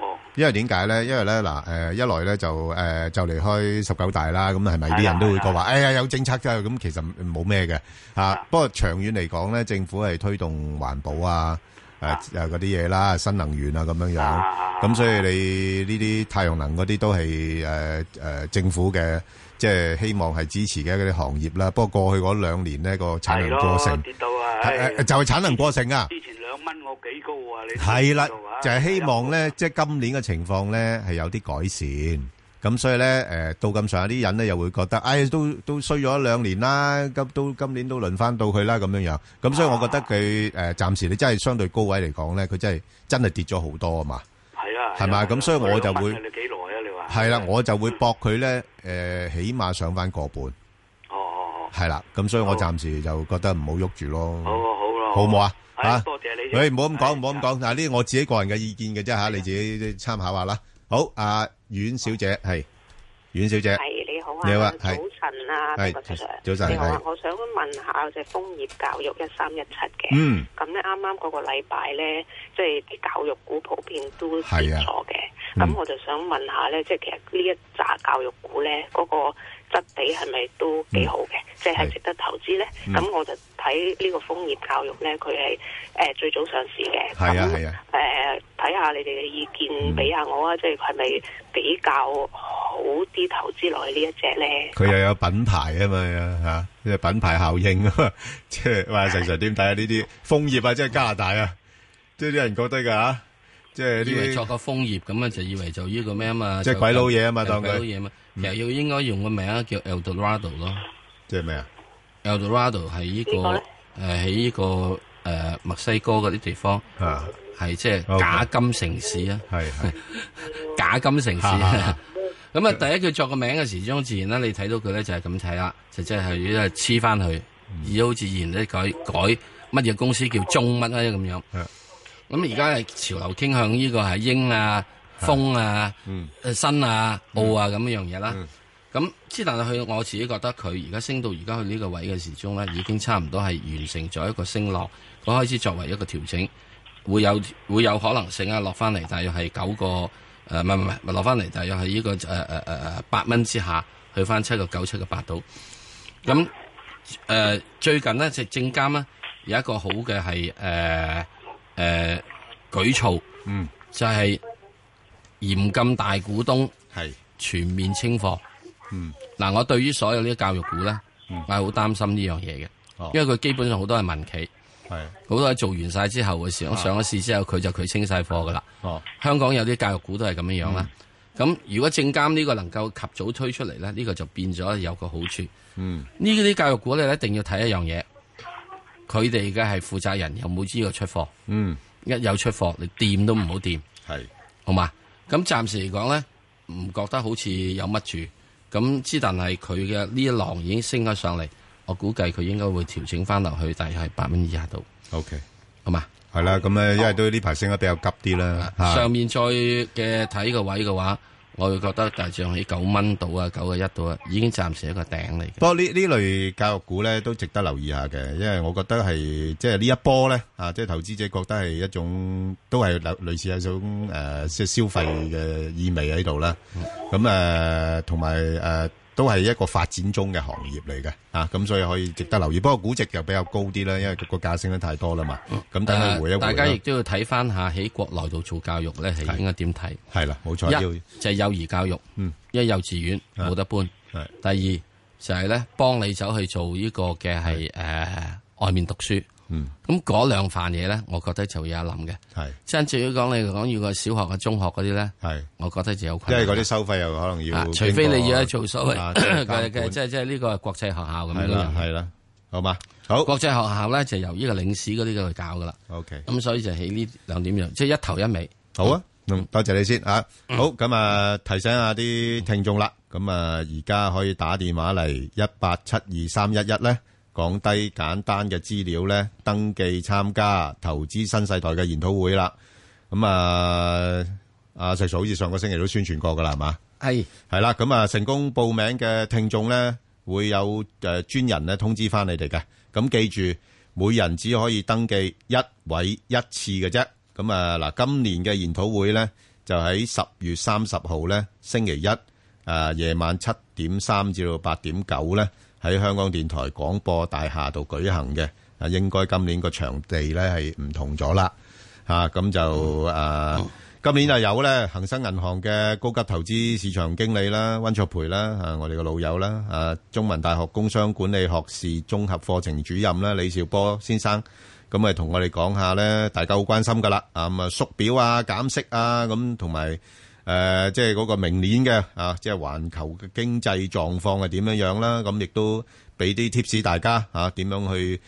哦，因為點解咧？因為咧嗱，诶、一來咧就诶、誒就嚟開十九大啦，咁啊係咪啲係啦人都會係啦啊講話？哎呀有政策㗎，咁其實冇咩嘅吓。不過長遠嚟講咧，政府係推動環保啊，诶、啊誒嗰啲嘢啦，新能源啊咁樣樣。啊咁、所以你呢啲太陽能嗰啲都係诶诶政府嘅，即係希望係支持嘅嗰啲行業啦。不過過去嗰兩年呢個產係能過咯，剩，跌到啊！唉係誒就係產能過剩啊。之前兩蚊我幾高啊！你係啦，就係係啊希望咧，即係今年嘅情況咧係有啲改善，咁所以咧，誒、到咁上下啲人咧又會覺得，唉、都都衰咗一兩年啦，今都今年都輪翻到佢啦咁樣樣，咁所以我啊覺得佢誒、暫時你真係相對高位嚟講咧，佢真係真係跌咗好多啊嘛，係啦，係嘛係啦啊咁所以我就會兩蚊你幾耐啊？你話係啦，我就會搏佢咧，誒、起碼上翻個半，哦哦哦，係啦，咁所以我好暫時就覺得唔好喐住咯，好啊好啦，好唔好啊？係嚇多謝你先。喂，唔好咁講，係啊唔好咁講，嗱，呢啲我自己個人嘅意見嘅啫吓，你自己參考下啦。好，阿阮小姐，係，阮小姐，係你好你好啊啊，早係晨啊，係德國先生早晨你好啊係，我想問下就楓葉教育一三一七嘅，嗯，咁咧啱啱嗰個禮拜咧，即係啲教育股普遍都跌係啊咗嘅，嗯咁我就想問下咧，即係其實呢一扎教育股咧，嗰個質地係咪都幾好嘅，即係係值得投資咧？嗯咁我就睇呢個楓葉教育咧，佢係誒最早上市嘅，係啊咁係啊誒睇下你哋嘅意見，嗯俾下我啊，即係係咪比較好啲投資落去呢一隻咧？啊 佢又有品牌啊嘛，吓，即係品牌效應啊嘛，即係，哇，石Sir，點睇啊？呢啲楓葉啊，即係加拿大啊，即係啲-以為作個楓葉咁啊，就以為就呢個咩啊嘛，即係就鬼佬嘢啊嘛就當佢鬼嗯佬嘢嘛，其實要應該用個名啊叫 Eldorado 咯即係咩啊？ ，Eldorado 係呢個呢個咧誒喺呢個誒墨西哥嗰啲地方係即係 OK 假金城市啊。啊啊，係，係，係，假金城市。哈哈 咁啊，第一佢作個名嘅時鐘，自然啦，你睇到佢咧就係咁睇啦，就即係要黐翻去，嗯而好自然咧改改乜嘢公司叫中乜咧咁樣係。咁而家係潮流傾向呢個係英啊、風啊、嗯誒新啊、澳啊咁樣嘢啦嗯。咁之但係佢我自己覺得佢而家升到而家去呢個位嘅時鐘咧，已經差唔多係完成咗一個升浪，佢開始作為一個調整。會有會有可能性啊，落翻嚟大約係九個呃誒，唔係唔係唔係落翻嚟大約係呢、個誒呃誒誒誒八蚊之下，去翻七個九七個八度。咁誒、呃最近呢，就證監咧有一個好嘅係誒誒舉措，嗯，就係、嚴禁大股東全面清貨。嗯，嗱，我對於所有呢啲教育股咧，我係好擔心呢樣嘢嘅，哦因為佢基本上好多係民企。好多嘢做完晒之後嘅時候，上咗市之後，佢就佢清晒貨噶啦。係，哦，嗯，香港有啲教育股都係咁樣樣啦。咁、如果證監呢個能夠及早推出嚟咧，呢、個就變咗有個好處。嗯呢啲教育股你一定要睇一樣嘢，佢哋嘅係負責人有冇呢個出貨，嗯一有出貨你掂都唔好掂，好嘛？咁暫時嚟講咧，唔覺得好似有乜住。咁之但係佢嘅呢一浪已經升咗上嚟，我估計佢應該會調整翻落去，大約係八蚊以下度，嗯，係，OK。好嘛？系啦，咁咧，因為都呢排升得比較急啲啦，嚇上面再嘅睇個位嘅話，我會覺得大致上喺九蚊度啊，九個一度啊，已經暫時係一個頂嚟嘅。不過呢呢類教育股咧都值得留意下嘅，因為我覺得係即係呢一波咧啊，即係投資者覺得係一種都係類類似係一種誒、呃即係消費嘅意味喺度啦。咁誒同埋誒都係一個發展中嘅行業嚟嘅啊，咁所以可以值得留意。不過估值又比較高啲啦，因為個價升得太多啦嘛。咁等佢回誒一回大家亦啦。都要睇翻下喺國內度做教育咧，係應該點睇？係啦，冇錯，要一就係幼兒教育，嗯因為幼稚園啊冇得搬。係第二就係咧幫你走去做呢個嘅係誒外面讀書，嗯，咁嗰兩範嘢咧，我覺得就有一諗嘅。係真至於講你講要個小學嘅、中學嗰啲咧，係，我覺得就有因困為難。嗰啲收費又可能啊要，除非你要經過去做所啊 謂監管嘅嘅，即係即係呢個係國際學校咁係啦樣。係啦，好嘛，好國際學校咧就由呢個領事嗰啲嗰度搞噶啦。 ，OK，咁所以就起呢兩點樣，即係一頭一尾。好啊，嗯，多謝你先啊，好，咁啊提醒下啲聽眾啦，咁啊而家可以打電話嚟一八七二三一一咧，講低簡單嘅資料咧，登記參加投資新世代嘅研討會啦，咁啊啊石 Sir 好似上個星期都宣傳過噶啦，係嘛？係系啦，咁啊，成功報名嘅聽眾咧，會有诶专人咧通知翻你哋嘅。咁記住，每人只可以登記一位一次嘅啫。咁啊，嗱，今年嘅研討會咧，就喺十月三十號咧，星期一诶、啊夜晚七點三至到八點九咧，喺香港電台廣播大廈度舉行嘅。啊，應該今年個場地咧係唔同咗啦。吓咁就呃诶，今年就有咧恒生銀行嘅高級投資市場經理啦，温卓培啦，啊我哋嘅老友啦，啊中文大學工商管理學士綜合課程主任啦，李兆波先生，咁咪同我哋講下咧，大家好關心噶啦，啊咁啊縮表啊、減息啊，咁同埋。誒、即係嗰個明年嘅啊，即係環球嘅經濟狀況係點樣樣啦，咁亦都俾啲 tips 大家啊，點樣去誒、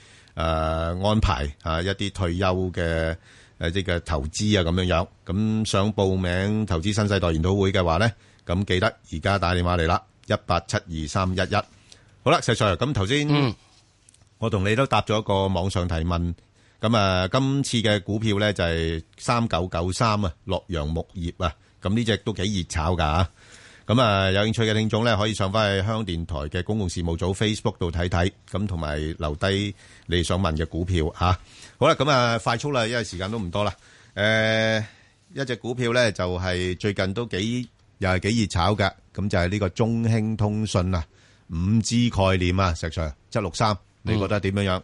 安排啊一啲退休嘅誒呃即嘅投資啊咁樣樣。咁想報名投資新世代研討會嘅話咧，咁記得而家打電話嚟啦，一八七二三一一。好啦，石 Sir，咁頭先。嗯我同你都答咗一個網上提問。咁啊，今次嘅股票咧就係三九九三啊，洛陽木業啊，咁呢只都幾熱炒㗎啊咁啊，有興趣嘅聽眾咧，可以上翻去香港電台嘅公共事務組 Facebook 度睇睇，咁同埋留低你想問嘅股票嚇、啊好啦，咁啊，快速啦，因為時間都唔多啦。誒、一隻股票咧就係、最近都幾又係幾熱炒㗎，咁就係呢個中興通訊啊，五 G 概念啊，石 Sir 七六三，你覺得點樣樣？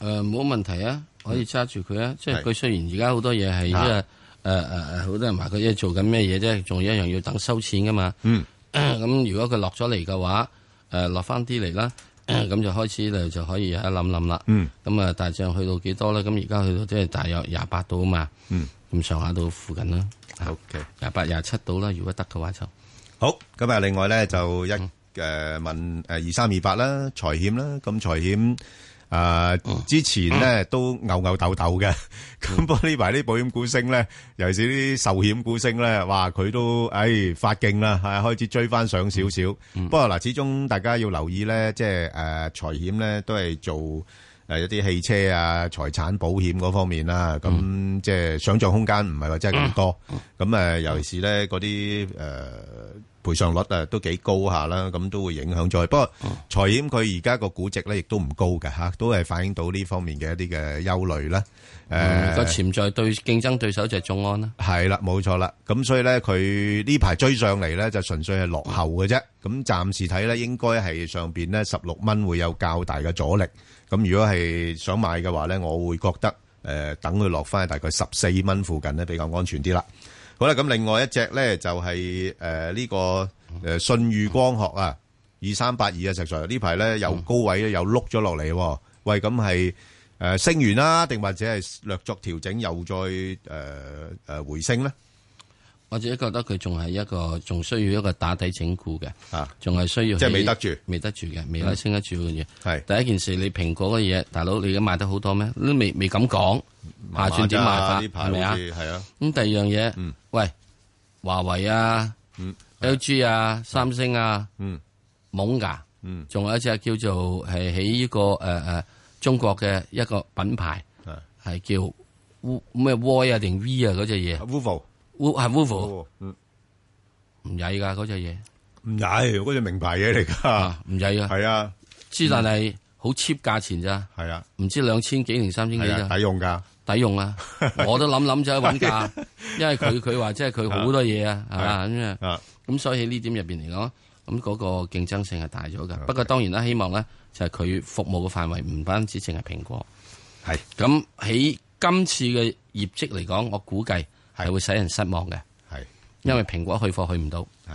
誒冇問題啊，可以揸住佢啊。即係係啊佢雖然而家好多嘢係即係誒誒誒，好多人話佢一做緊咩嘢啫，仲有一樣要等收錢噶嘛。嗯。 咁如果佢落咗嚟嘅話，誒落翻啲嚟啦， 咁就開始就就可以一諗諗啦。嗯。咁啊，大漲去到幾多咧？咁而家去到即係大約廿八度啊嘛。嗯。咁上下到附近啦，啊 OK，廿八廿七度啦。如果得嘅話就好。咁啊，另外咧就一誒、呃、問誒二三二八啦，財險啦，咁財險。啊！之前咧都牛牛豆豆嘅，咁不過呢排啲保險股升咧，尤其是啲壽險股升咧，哇！佢都唉發勁啦，係開始追翻上少少。不過嗱，始終大家要留意咧，即係誒財險咧都係做誒一啲汽車啊、財產保險嗰方面啦，咁即係想像空間唔係話真係咁多。咁誒，尤其是咧嗰啲誒。賠償率啊都幾高下啦，咁都會影響咗。不過財險佢而家個估值咧亦都唔高嘅嚇，都係反映到呢方面嘅一啲嘅憂慮啦。誒、嗯個潛在對競爭對手就係眾安啦。係啦，冇錯啦。咁所以咧，佢呢排追上嚟咧，就純粹係落後嘅啫。咁暫時睇咧，應該係上邊咧十六蚊會有較大嘅阻力。咁如果係想買嘅話咧，我會覺得誒、呃等佢落翻去大概十四蚊附近咧，比較安全啲啦。好啦，咁另外一隻咧就係誒呢個誒、呃信譽光學啊，二三八二啊，石 Sir 呢排咧由高位咧又碌咗落嚟喎，喂咁係誒呃升完啦，定或者係略作調整又再誒誒、呃回升咧？我自己覺得佢仲係一個仲需要一個打底整固嘅，啊，仲係需要即係起未得住嗯未得住嘅，未拉升得住嘅嘢。係第一件事，你蘋果嘅嘢，大佬你而家賣得好多咩？嗯都未未敢講，下轉點賣麻麻法咋呢係排咪啊好？似係啊，咁第二樣嘢，嗯喂，華為啊、嗯 LG 啊、三星啊、嗯懵噶，嗯仲有一隻叫做係喺呢個誒誒、呃中國嘅一個品牌係係叫 W- 咩 Y 啊定 V 啊嗰只嘢 w o o ，W 係 Vivo 哦嗯唔曳㗎嗰只嘢。唔係嗰只名牌嘢嚟㗎，啊，唔使噶，係啊之但係好 cheap 價錢咋，係啊唔知兩千幾定三千幾係啊，咋，抵用㗎，抵用 啊！我都諗諗咗揾 價，因為佢佢話即係佢好多嘢啊，係嘛咁啊，啊咁所以呢點入邊嚟講，咁嗰個競爭啊性係大咗㗎。不過當然啦，希望咧就係佢服務嘅範圍唔單止淨係蘋果，係咁喺今次嘅業績嚟講，我估計係係會使人失望嘅，係。因為蘋果去貨去唔到。系，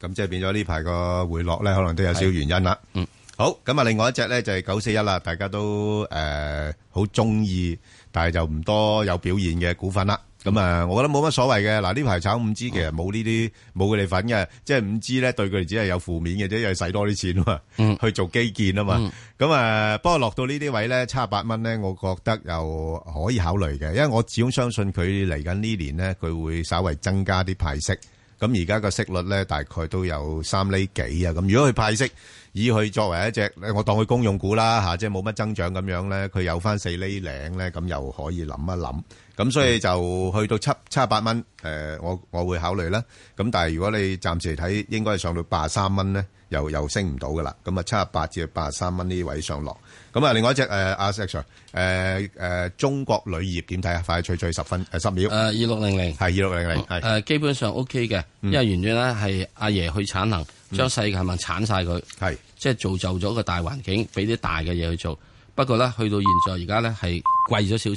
咁即係變咗呢排個回落咧，可能都有少少原因啦。嗯，好，咁啊，另外一隻咧就係九四一啦，大家都诶好中意，但係就唔多有表現嘅股份啦。咁啊，我覺得冇乜所謂嘅。嗱，呢排炒五 G 其實冇呢啲冇佢哋份嘅，即係五 G 咧對佢哋只係有負面嘅啫，因為使多啲錢啊嘛，嗯去做基建啊嘛。咁啊，不過落到呢啲位咧，七十八蚊咧，我覺得又可以考慮嘅，因為我始終相信佢嚟緊呢年咧，佢會稍為增加啲派息。咁而家個息率咧，大概都有三厘幾啊。咁如果佢派息，以佢作為一隻，我當佢公用股啦嚇，即係冇乜增長咁樣咧，佢有翻四厘零咧，咁又可以諗一諗。咁所以就去到七七十八蚊，誒、我我會考慮啦。咁但係如果你暫時嚟睇，應該係上到八十三蚊咧，又又升唔到噶啦。咁啊，七十八至八十三蚊呢位上落。咁啊，另外一隻誒阿石 Sir，誒、誒、中國鋁業點睇啊？快脆脆十分誒十秒，誒二六零零係二六零零係。誒基本上 O K 嘅，因為原遠咧係阿爺去產能，將細嘅係咪鏟晒佢，係即係造就咗個大環境，俾啲大嘅嘢去做。不過咧，去到現在而家咧係貴咗少少。